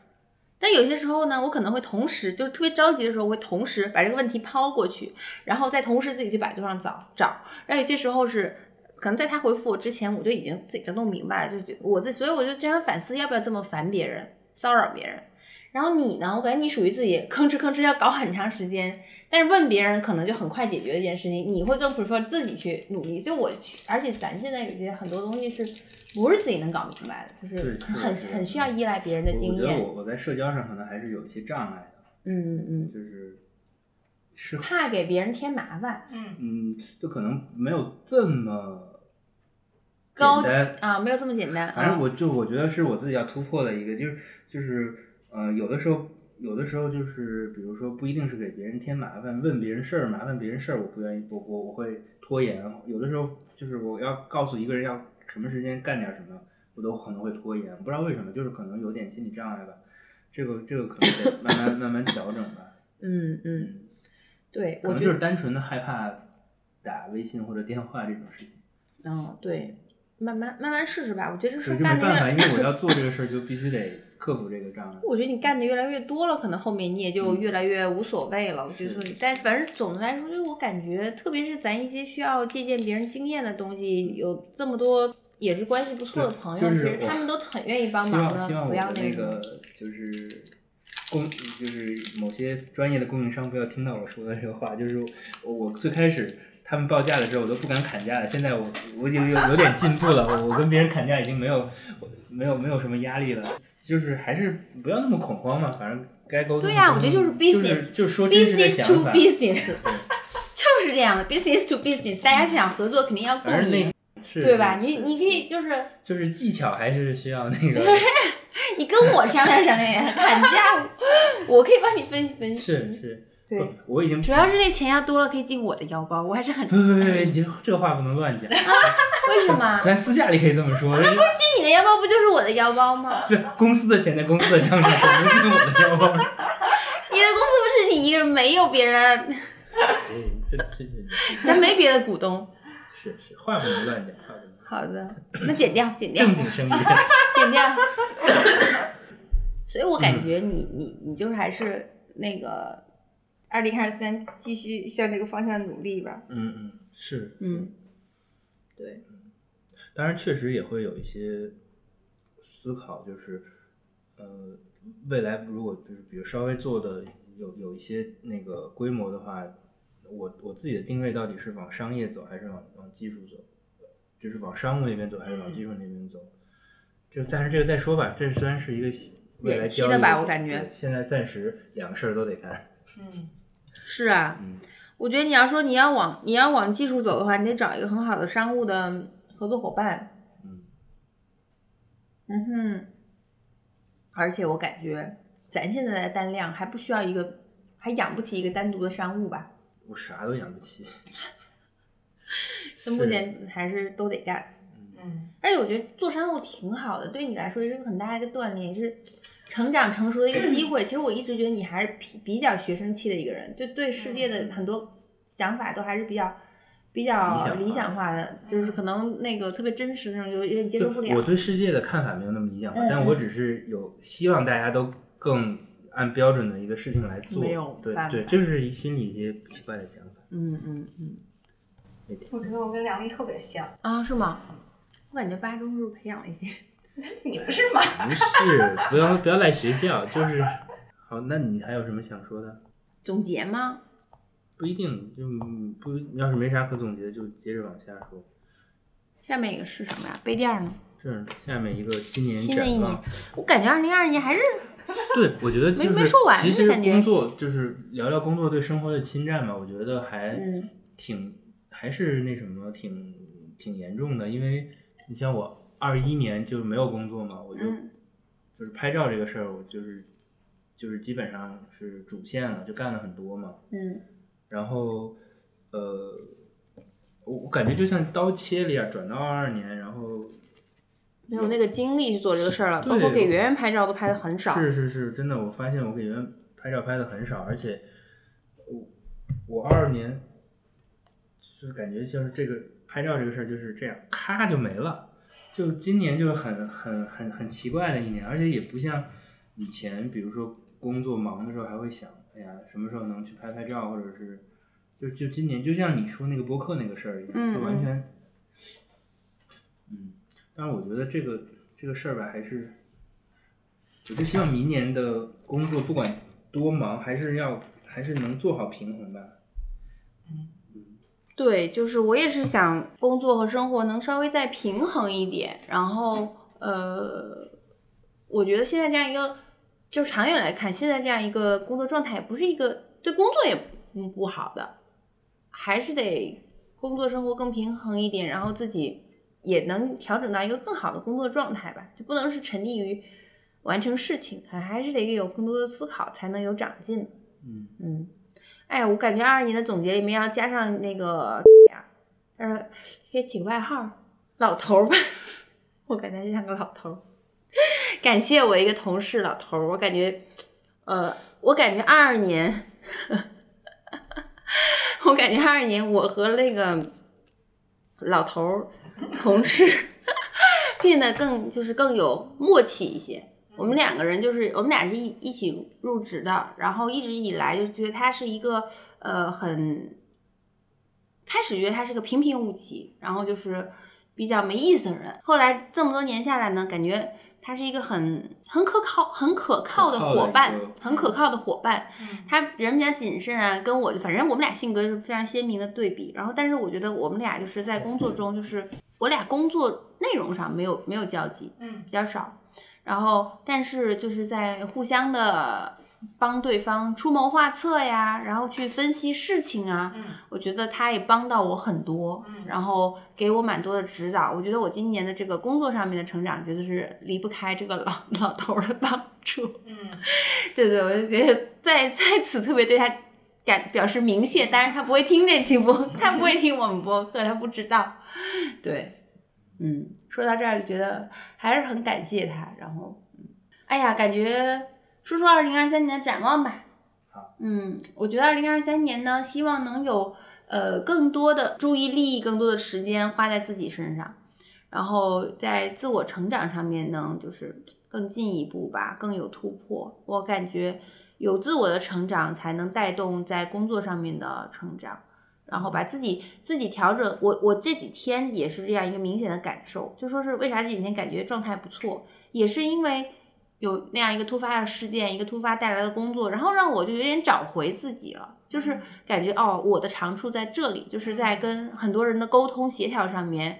S1: 但有些时候呢，我可能会同时，就是特别着急的时候，我会同时把这个问题抛过去，然后再同时自己去百度上找找。然后有些时候是，可能在他回复我之前，我就已经自己就弄明白了，就觉我自，所以我就经常反思，要不要这么烦别人，骚扰别人。然后你呢？我感觉你属于自己吭哧吭哧要搞很长时间，但是问别人可能就很快解决的一件事情，你会更 prefer 自己去努力。所以我去，而且咱现在有些很多东西是不是自己能搞明白的，就是
S3: 对是
S1: 很
S3: 是
S1: 很需要依赖别人的
S3: 我
S1: 经
S3: 我觉得
S1: 验。
S3: 我我在社交上可能还是有一些障碍的，
S1: 嗯嗯，
S3: 就是是
S1: 怕给别人添麻烦
S4: 嗯
S3: 嗯，就可能没有这么简
S1: 高
S3: 单
S1: 啊，没有这么简单。
S3: 反正
S1: 啊
S3: 我就我觉得是我自己要突破的一个，就是就是呃，有的时候有的时候就是，比如说不一定是给别人添麻烦，问别人事儿，麻烦别人事儿，我不愿意，我我我会拖延。有的时候就是我要告诉一个人要什么时间干点什么，我都可能会拖延，不知道为什么，就是可能有点心理障碍吧。这个这个可能得慢慢慢慢调整
S1: *laughs*
S3: 吧，
S1: 嗯嗯，
S3: 嗯，
S1: 对，
S3: 可
S1: 我
S3: 能
S1: 觉
S3: 就
S1: 得
S3: 是单纯的害怕打微信或者电话这种事情。
S1: 嗯对，慢慢慢慢试试吧。我觉得这事儿
S3: 对，就没
S1: 干的
S3: 办法，
S1: *laughs* 越，
S3: 因为我要做这个事儿，就必须得克服这个障碍。
S1: 我觉得你干的越来越多了，可能后面你也就
S3: 嗯
S1: 越来越无所谓了。我觉得
S3: 是，
S1: 但反正总的来说，就是我感觉，特别是咱一些需要借鉴别人经验的东西，有这么多也是关系不错的
S3: 对
S1: 朋友，
S3: 就
S1: 其
S3: 是
S1: 实他
S3: 我
S1: 们都很愿意帮
S3: 希
S1: 忙
S3: 望希
S1: 的，
S3: 望
S1: 不
S3: 我
S1: 要
S3: 的那
S1: 种
S3: 个就是供就是某些专业的供应商不要听到我说的这个话，就是我我最开始。他们报价的时候，我都不敢砍价了。现在我我已经有有点进步了，我我跟别人砍价已经没有没有没有什么压力了，就是还是不要那么恐慌嘛，反正该沟通。
S1: 对呀我觉得就是 business
S3: 就是就是说真实的
S1: business
S3: 想
S1: to
S3: 法。 *laughs*
S1: business，就是这样的 business to business，大家想合作肯定要共
S3: 反正
S1: 赢
S3: 那，是
S1: 对吧？
S3: 是
S1: 你
S3: 是
S1: 你可以就是
S3: 就是技巧还是需要那个，
S1: 你跟我商量商量呀，砍价，我可以帮你分析分析。
S3: 是是，
S1: *laughs* 对
S3: 不，我已经
S1: 主要是那钱要多了可以进我的腰包，我还是很
S3: 不不不不，你这这话不能乱讲，
S1: 为什么？
S3: 咱私下里可以这么说，这
S1: 进你的腰包不就是我的腰包吗？
S3: 这公司的钱在公司的账上，不是我的 *laughs* 腰包。
S1: 你的公司不是你一个人，没有别人，
S3: 哎这这是
S1: 咱没别的股东。
S3: 是是，话不能乱讲，话不能乱
S1: 好的，那剪掉，剪掉
S3: 讲。正，经生意，
S1: 剪掉。所以我感觉你你你就是还是那个二零二三继续向这个方向努力吧。
S3: 嗯嗯是，
S1: 嗯，对，
S3: 当然确实也会有一些思考，就是呃，未来如果就是比如稍微做的有有一些那个规模的话，我我自己的定位到底是往商业走还是往往技术走，就是往商务那边走还是往技术那边走，就但是这个再说吧，这虽然是一个未来
S1: 远期
S3: 交
S1: 的
S3: 易
S1: 吧我感觉
S3: 对现在暂时两个事儿都得看，
S4: 嗯，
S1: 是啊，
S3: 嗯
S1: 我觉得你要说你要往你要往技术走的话，你得找一个很好的商务的合作伙伴。
S3: 嗯，
S1: 嗯哼，而且我感觉咱现在的单量还不需要一个，还养不起一个单独的商务吧？
S3: 我啥都养不起，
S1: 就目前还是都得干。
S4: 嗯，
S1: 而且我觉得做商务挺好的，对你来说也是个很大的一个锻炼，也是成长成熟的一个机会。其实我一直觉得你还是比比较学生气的一个人，就对世界的很多想法都还是比较比较理
S3: 理
S1: 想
S3: 想
S1: 化的，就是可能那个特别真实那种，有有点接
S3: 对
S1: 受不
S3: 我
S1: 了。
S3: 对世界的看法没有那么理想化，
S1: 嗯
S3: 但我只是有希望大家都更按标准的一个事情来做。
S1: 没有
S3: 对
S1: 办法
S3: 对，这是心里一些奇怪的想法。
S1: 嗯嗯嗯，
S4: 我觉得我跟梁丽特别像，
S1: 啊，是吗？我感觉八中是不是培养了一些？
S4: 但是你不是吗？
S3: 不是，不要不要赖学校，就是好。那你还有什么想说的？
S1: *laughs* 总结吗？
S3: 不一定，就嗯不要是没啥可总结的，就接着往下说。
S1: 下面一个是什么呀？杯垫儿呢？
S3: 这儿下面一个新年
S1: 新的一
S3: 展
S1: 年
S3: 望，，
S1: 我感觉二零二一年还是
S3: *laughs* 对，我觉得就是
S1: 没没说完
S3: 其
S1: 就
S3: 实
S1: 感觉
S3: 工作就是聊聊工作对生活的侵占嘛，我觉得还
S1: 嗯
S3: 挺还是那什么挺挺严重的，因为你像我二一年就没有工作嘛，我就、
S1: 嗯
S3: 就是拍照这个事儿，我就是就是基本上是主线了，就干了很多嘛，
S1: 嗯
S3: 然后呃，我我感觉就像刀切了一样，转到二二年，然后
S1: 没有那个精力去做这个事儿了，
S3: 对
S1: 包括给圆圆拍照都拍的很少。
S3: 是是是，真的，我发现我给原拍照拍的很少，而且我我二年就是感觉就是这个拍照这个事儿就是这样，咔就没了。就今年就是很很很很奇怪的一年，而且也不像以前，比如说工作忙的时候还会想，哎呀，什么时候能去拍拍照，或者是就就今年，就像你说那个播客那个事儿一样，
S1: 嗯
S3: 就完全，嗯，但是我觉得这个这个事儿吧，还是我就希望明年的工作不管多忙，还是要还是能做好平衡吧。
S1: 对，就是我也是想工作和生活能稍微再平衡一点，然后呃，我觉得现在这样一个，就长远来看，现在这样一个工作状态，不是一个对工作也不嗯不好的，还是得工作生活更平衡一点，然后自己也能调整到一个更好的工作状态吧，就不能是沉溺于完成事情，还还是得有更多的思考，才能有长进。
S3: 嗯，
S1: 嗯，哎，我感觉二二年的总结里面要加上那个呀，他说可以起个外号儿，老头儿吧， *laughs* 我感觉就像个老头儿。感谢我一个同事老头儿，我感觉，呃，我感觉二二年， *laughs* 我感觉二二年我和那个老头儿同事 *laughs* 变得更就是更有默契一些。我们两个人就是我们俩是一一起入职的，然后一直以来就觉得他是一个呃很，开始觉得他是个平平无奇，然后就是比较没意思的人。后来这么多年下来呢，感觉他是一个很很可靠、很可靠的
S3: 可靠的
S1: 伙伴
S3: 一个，
S1: 很可靠的伙伴。
S4: 嗯
S1: 他人比较谨慎啊，跟我反正我们俩性格就是非常鲜明的对比。然后，但是我觉得我们俩就是在工作中，就是我俩工作内容上没有没有交集，
S4: 嗯
S1: 比较少。然后，但是就是在互相的帮对方出谋划策呀，然后去分析事情啊。
S4: 嗯
S1: 我觉得他也帮到我很多
S4: 嗯，
S1: 然后给我蛮多的指导。我觉得我今年的这个工作上面的成长，觉得是离不开这个老老头儿的帮助。
S4: 嗯，
S1: 对对，我就觉得在在此特别对他感表示鸣谢，当然他不会听这期播，他不会听我们播客，他不知道。对，嗯，说到这儿就觉得还是很感谢他。然后，嗯，哎呀，感觉说说二零二三年的展望吧。
S3: 好，
S1: 嗯，我觉得二零二三年呢，希望能有呃更多的注意力，更多的时间花在自己身上。然后在自我成长上面能就是更进一步吧，更有突破。我感觉有自我的成长，才能带动在工作上面的成长。然后把自己自己调整，我我这几天也是这样一个明显的感受，就说是为啥这几天感觉状态不错，也是因为有那样一个突发的事件，一个突发带来的工作，然后让我就有点找回自己了，就是感觉哦，我的长处在这里，就是在跟很多人的沟通协调上面，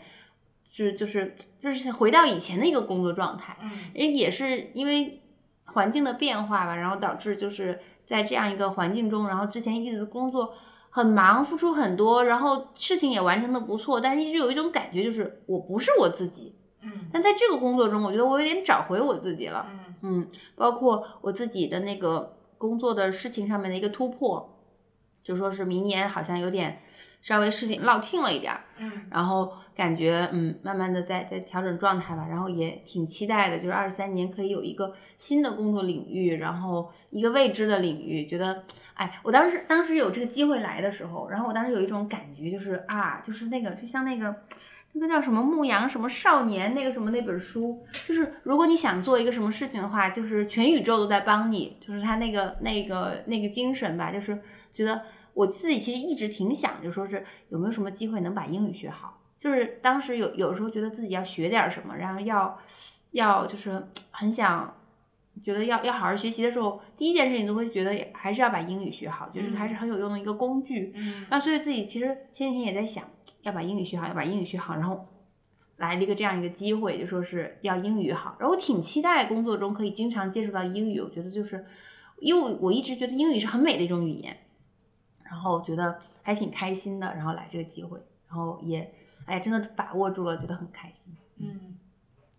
S1: 是就是就是回到以前的一个工作状态。
S4: 嗯
S1: 也也是因为环境的变化吧，然后导致就是在这样一个环境中，然后之前一直工作很忙，付出很多，然后事情也完成的不错，但是一直有一种感觉就是我不是我自己。
S4: 嗯
S1: 但在这个工作中，我觉得我有点找回我自己了。
S4: 嗯
S1: 嗯，包括我自己的那个工作的事情上面的一个突破，就说是明年好像有点稍微事情落听了一点儿，
S4: 嗯
S1: 然后感觉嗯，慢慢的在在调整状态吧，然后也挺期待的，就是二三年可以有一个新的工作领域，然后一个未知的领域，觉得哎，我当时当时有这个机会来的时候，然后我当时有一种感觉，就是啊，就是那个就像那个。那个叫什么《牧羊什么少年》那个什么那本书，就是如果你想做一个什么事情的话，就是全宇宙都在帮你，就是他那个那个那个精神吧，就是觉得我自己其实一直挺想，就说是有没有什么机会能把英语学好，就是当时有有时候觉得自己要学点儿什么，然后要要就是很想。觉得要要好好学习的时候，第一件事情都会觉得还是要把英语学好，就是
S4: 嗯
S1: 还是很有用的一个工具。
S4: 嗯
S1: 然后所以自己其实前几天也在想，要把英语学好，要把英语学好，然后来了一个这样一个机会，就说是要英语好。然后我挺期待工作中可以经常接触到英语，我觉得就是因为我一直觉得英语是很美的一种语言，然后觉得还挺开心的，然后来这个机会，然后也哎真的把握住了，觉得很开心。
S4: 嗯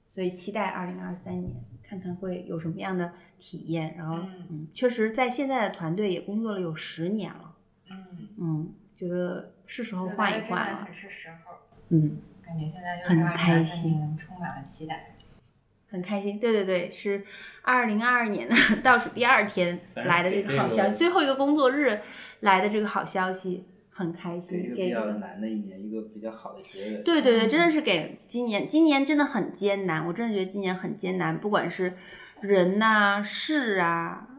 S1: 所以期待二零二三年，看看会有什么样的体验。然后
S4: 嗯
S1: 嗯，确实在现在的团队也工作了有十年了。
S4: 嗯，
S1: 嗯，觉得是时候换一换了。
S4: 很是时候，
S1: 嗯，
S4: 感觉现在就是
S1: 很开心，
S4: 充满了期待。
S1: 很开心。对对对，是二零二二年的 *laughs* 倒数第二天
S3: 反正
S1: 来的
S3: 给
S1: 个
S3: 这
S1: 好消息，
S3: 个
S1: 最后一个工作日来的这个好消息，很开
S3: 给一
S1: 心。
S3: 个
S1: 给
S3: 比
S1: 这
S3: 较
S1: 个
S3: 难的一年，一个比较好的结尾。
S1: 对对对，
S4: 嗯
S1: 真的是给今年，今年真的很艰难，我真的觉得今年很艰难，不管是人呐、事啊，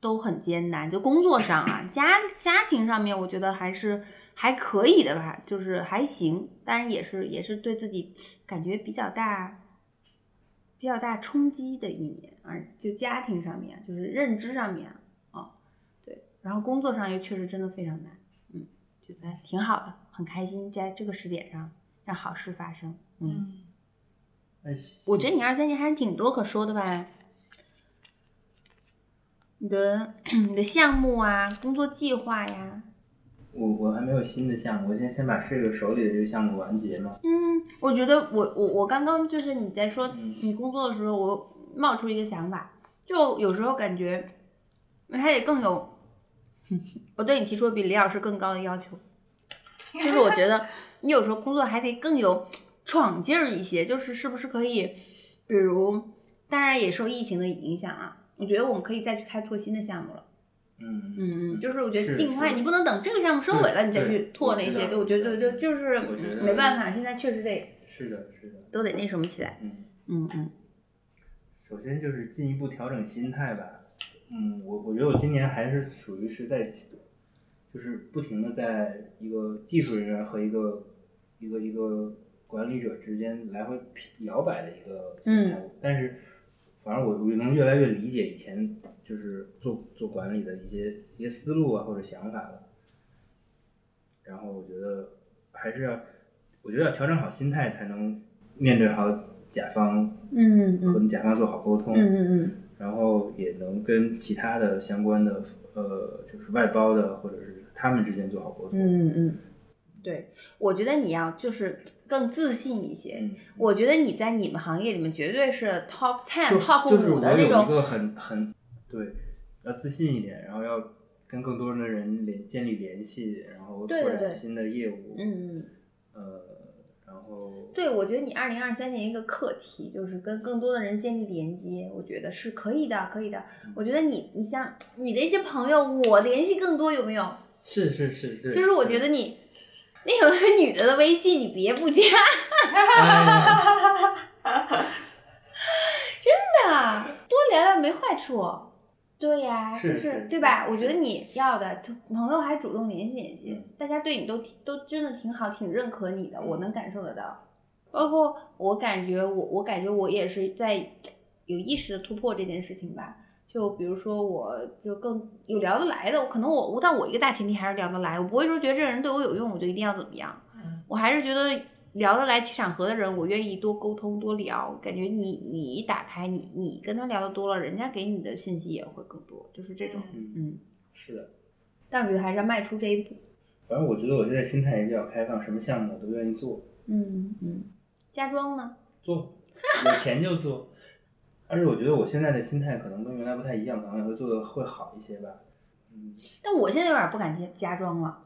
S1: 都很艰难。就工作上啊，家家庭上面，我觉得还是还可以的吧，就是还行，但是也是也是对自己感觉比较大。比较大冲击的一年，啊，就家庭上面啊，就是认知上面啊，哦对，然后工作上又确实真的非常难，嗯，觉得挺好的，很开心，在这个时点上让好事发生。嗯，
S4: 嗯
S3: 哎，
S1: 我觉得你二三年还是挺多可说的吧。你的 *clears throat* 你的项目啊，工作计划呀，
S3: 我我还没有新的项目，我先先把这个手里的这个项目完结嘛。
S1: 嗯，我觉得我我我刚刚就是你在说
S3: 嗯
S1: 你工作的时候，我冒出一个想法，就有时候感觉还得更有， *laughs* 我对你提出比李老师更高的要求，就是我觉得你有时候工作还得更有闯劲儿一些，就是是不是可以，比如当然也受疫情的影响啊，我觉得我们可以再去开拓新的项目了。
S3: 嗯
S1: 嗯，就是我觉得
S3: 是
S1: 尽快，
S3: 是
S1: 你不能等这个项目收尾了，
S3: 对
S1: 你再去
S3: 对
S1: 拓
S3: 我
S1: 那
S3: 知
S1: 些。
S3: 道
S1: 对，我觉得就就是嗯
S3: 我觉得
S1: 没办法，现在确实得
S3: 是的，是的，
S1: 都得那什么起来。
S3: 嗯，
S1: 嗯嗯
S3: 首先就是进一步调整心态吧。嗯，我我觉得我今年还是属于是在，就是不停的在一个技术人员和一个一个一个管理者之间来回摇摆的一个
S1: 嗯
S3: 心态。但是反正我我能越来越理解以前就是做做管理的一些一些思路啊或者想法了。然后我觉得还是要，我觉得要调整好心态，才能面对好甲方，
S1: 嗯嗯
S3: 和甲方做好沟通。
S1: 嗯嗯
S3: 然后也能跟其他的相关的呃，就是外包的或者是他们之间做好沟
S1: 嗯
S3: 通。
S1: 嗯嗯，对，我觉得你要就是更自信一些。
S3: 嗯，
S1: 我觉得你在你们行业里面绝对是 top ten、
S3: 就就是
S1: top 五
S3: 我有
S1: 的那
S3: 一
S1: 种。
S3: 个很很对，要自信一点，然后要跟更多的人联建立联系，然后
S1: 对对
S3: 拓展
S1: 对
S3: 新的业务。
S1: 嗯，嗯
S3: 呃，然后
S1: 对，我觉得你二零二三年一个课题就是跟更多的人建立连接，我觉得是可以的，可以的。我觉得你，你像你的一些朋友，我联系更多有没有？
S3: 嗯是是是，对，
S1: 就是我觉得你，那有个女的的微信你别不加
S3: 哎
S1: 的，啊多聊聊没坏处。对呀，
S3: 是
S1: 就是对吧？
S3: 是
S1: 我觉得你要的朋友还主动联系联系
S3: 嗯，
S1: 大家对你都挺都真的挺好，挺认可你的，
S3: 嗯
S1: 我能感受得到。包括我感觉我我感觉我也是在有意识的突破这件事情吧。就比如说，我就更有聊得来的，我可能我我但我一个大前提还是聊得来，我不会说觉得这个人对我有用，我就一定要怎么样。
S4: 嗯
S1: 我还是觉得聊得来气场合的人，我愿意多沟通多聊。感觉你你一打开，你你跟他聊的多了，人家给你的信息也会更多，就是这种。
S4: 嗯
S1: 嗯，
S3: 是的，
S1: 但我觉得还是要迈出这一步。
S3: 反正我觉得我现在心态也比较开放，什么项目我都愿意做
S1: 嗯嗯，家装呢？
S3: 做，有钱就做。而且我觉得我现在的心态可能跟原来不太一样，可能也会做的会好一些吧。嗯，
S1: 但我现在有点不敢接家装了，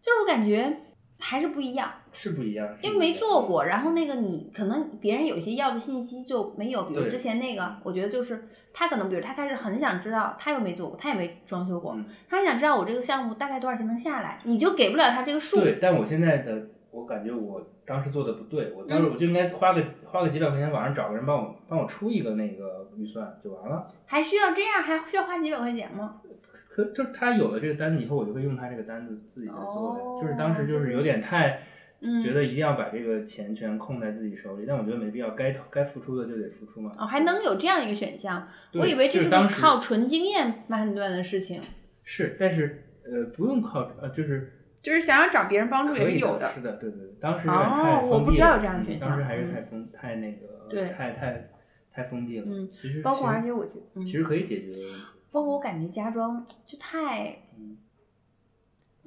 S1: 就是我感觉还是不一样，
S3: 是不一样，是
S1: 因
S3: 不
S1: 为
S3: 一
S1: 没
S3: 样
S1: 做过。然后那个你可能别人有些要的信息就没有，比如
S3: 对
S1: 之前那个，我觉得就是他可能，比如他开始很想知道，他又没做过，他也没装修过，
S3: 嗯
S1: 他想知道我这个项目大概多少钱能下来，你就给不了他这个数。
S3: 对，但我现在的我感觉我当时做的不对，我
S1: 嗯
S3: 当时我就应该花个花个几百块钱，网上找个人帮我帮我出一个那个预算就完了。
S1: 还需要这样，还需要花几百块钱吗？
S3: 可就是他有了这个单子以后，我就会用他这个单子自己在做的，
S1: 哦
S3: 就是当时就是有点太。
S1: 嗯
S3: 觉得一定要把这个钱全控在自己手里，但我觉得没必要，该投该付出的就得付出嘛。
S1: 哦，还能有这样一个选项，
S3: 对？
S1: 我以为这
S3: 就是当
S1: 个
S3: 时
S1: 靠纯经验判断的事情，
S3: 是，但是呃，不用靠呃，就是
S1: 就是想要找别人帮助也
S3: 可
S1: 是
S3: 以
S1: 有的。
S3: 是的，对对对，当时有点
S1: 哦
S3: 太
S1: 我
S3: 封
S1: 不
S3: 闭
S1: 知道
S3: 了
S1: 有这样的
S3: 嗯
S1: 选
S3: 当时
S1: 项
S3: 还是
S1: 嗯
S3: 太封太那个，
S1: 对
S3: 太太太封闭了。
S1: 嗯
S3: 其实
S1: 包括
S3: 其实
S1: 而且我觉得嗯
S3: 其实可以解决的问题。
S1: 包括我感觉家装就太
S3: 嗯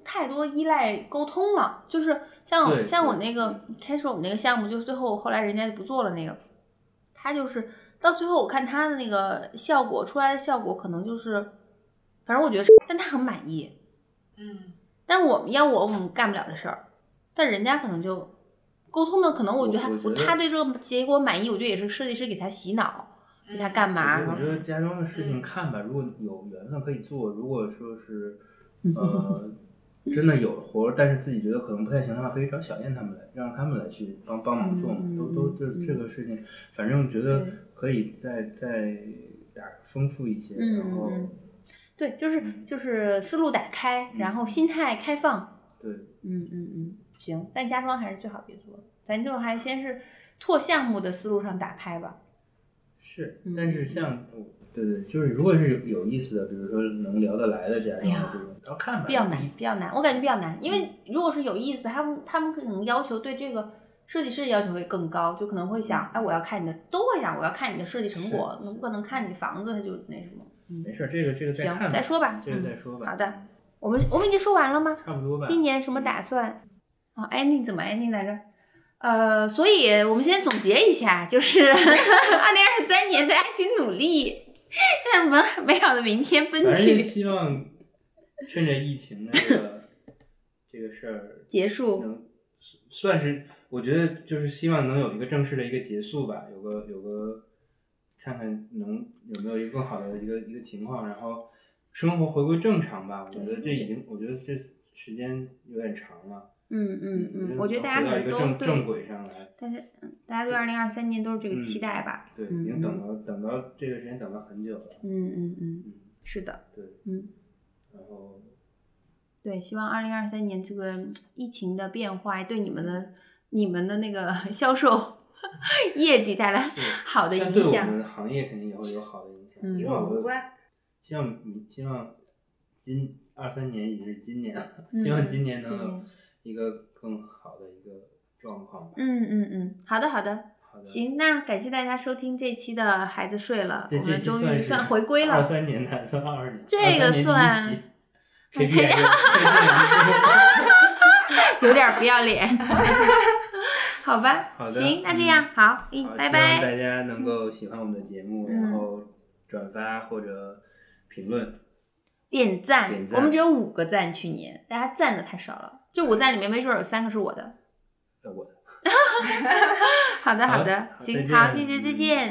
S1: 太多依赖沟通了，就是像我
S3: 对
S1: 像我
S3: 对
S1: 那个开始我们那个项目，就最后后来人家就不做了那个，他就是到最后我看他的那个效果出来的效果，可能就是反正我觉得是，但他很满意，
S4: 嗯，
S1: 但是我们要我我们干不了的事儿，但人家可能就沟通的，可能我觉得他
S3: 我我觉得
S1: 他对这个结果满意，我觉得也是设计师给他洗脑，给他干
S3: 我
S1: 嘛
S3: 觉得我觉得家装的事
S1: 嗯
S3: 情看吧，如果有缘分可以做，如果
S1: *laughs*
S3: 说是呃真的有活儿，但是自己觉得可能不太行的话，可以找小燕他们来，让他们来去帮帮忙做嘛，
S1: 嗯
S3: 都都就是这个事情，反正觉得
S1: 对
S3: 可以再再打丰富一些，
S1: 嗯
S3: 然后
S1: 嗯嗯对，就是
S3: 嗯
S1: 就是思路打开，然后心态开放，
S3: 对
S1: 嗯嗯嗯，行，但家装还是最好别做，咱就还先是拓项目的思路上打开吧，
S3: 是
S1: 嗯，
S3: 但是像我对对，就是如果是有有意思的，比如说能聊得来的家
S1: 哎
S3: 装
S1: 呀
S3: 的这种，然后看吧，
S1: 比较难，比较难，我感觉比较难，因为如果是有意思，他们他们可能要求对这个设计师的要求会更高，就可能会想，哎，我要看你的，都会想，我要看你的设计成果，
S3: 是
S1: 能不能看你房子，他就那什么。嗯
S3: 没事儿，这个这个再
S1: 行
S3: 看吧，
S1: 再说吧
S3: 这个
S1: 嗯
S3: 再说吧，
S1: 好的，我们我们已经说完了吗？
S3: 差不多吧，
S1: 今年什么打算？啊、安 n 怎么 ending 来着？呃，所以我们先总结一下，就是二
S3: *laughs*
S1: 零二三年大家一起努力，向美美好的明天奔
S3: 反正就
S1: 去。
S3: 希望趁着疫情的这个这个
S1: *laughs*
S3: 事儿
S1: 结束，
S3: 能算是，我觉得就是希望能有一个正式的一个结束吧，有个有个看看能有没有一个更好的一个一个情况，然后生活回归正常吧。我觉得这已经，我觉得这时间有点长了。
S1: 嗯嗯嗯，我觉得大家
S3: 回
S1: 可
S3: 到一
S1: 能
S3: 个
S1: 都
S3: 正
S1: 对，
S3: 正轨上来，
S1: 大家大家对二零二三年都是这个
S3: 嗯
S1: 期待吧？
S3: 对，
S1: 嗯
S3: 已经等
S1: 嗯
S3: 到等到这个时间等到很久了。
S1: 嗯嗯嗯，
S3: 嗯，
S1: 是的，
S3: 对，
S1: 嗯。
S3: 然后
S1: 对，希望二零二三年这个嗯疫情的变化对你们的你们的那个 *laughs* 销售业绩带来好的
S3: 像
S1: 影
S3: 对我
S1: 响。
S3: 们行业肯定也会有好的影响。
S1: 嗯
S3: 因
S4: 与
S3: 为
S4: 我无
S3: 我
S4: 关。
S3: 希望你希望今二三年已经是今年了，
S1: 嗯
S3: 希望今年能有一个更好的一个状况吧。
S1: 嗯嗯嗯，好的好的，
S3: 好的，
S1: 行，那感谢大家收听这期的孩子睡了，
S3: 这
S1: 我们终于
S3: 算哦
S1: 算回归
S3: 二
S1: 了。
S3: 三年的，算二二年，
S1: 这个算
S3: 23年
S1: *laughs*
S3: 第一期 KPI 就是
S1: *laughs* 有点不要
S3: *laughs*
S1: 脸， *laughs* 好吧，
S3: 好的
S1: 行，那这样、好，嗯，
S3: 好，
S1: 拜
S3: 希望
S1: 拜，
S3: 大家能够喜欢我们的节目，
S1: 嗯
S3: 然后转发或者评论。
S1: 点赞，
S3: 点赞
S1: 我们只有五个赞，去年大家赞的太少了，这五赞里面没准有三个是我的。
S3: 呃我的
S1: 好的
S3: 好
S1: 的，
S3: 好再
S1: 行，
S3: 见
S1: 好，谢谢，再
S3: 嗯
S1: 见。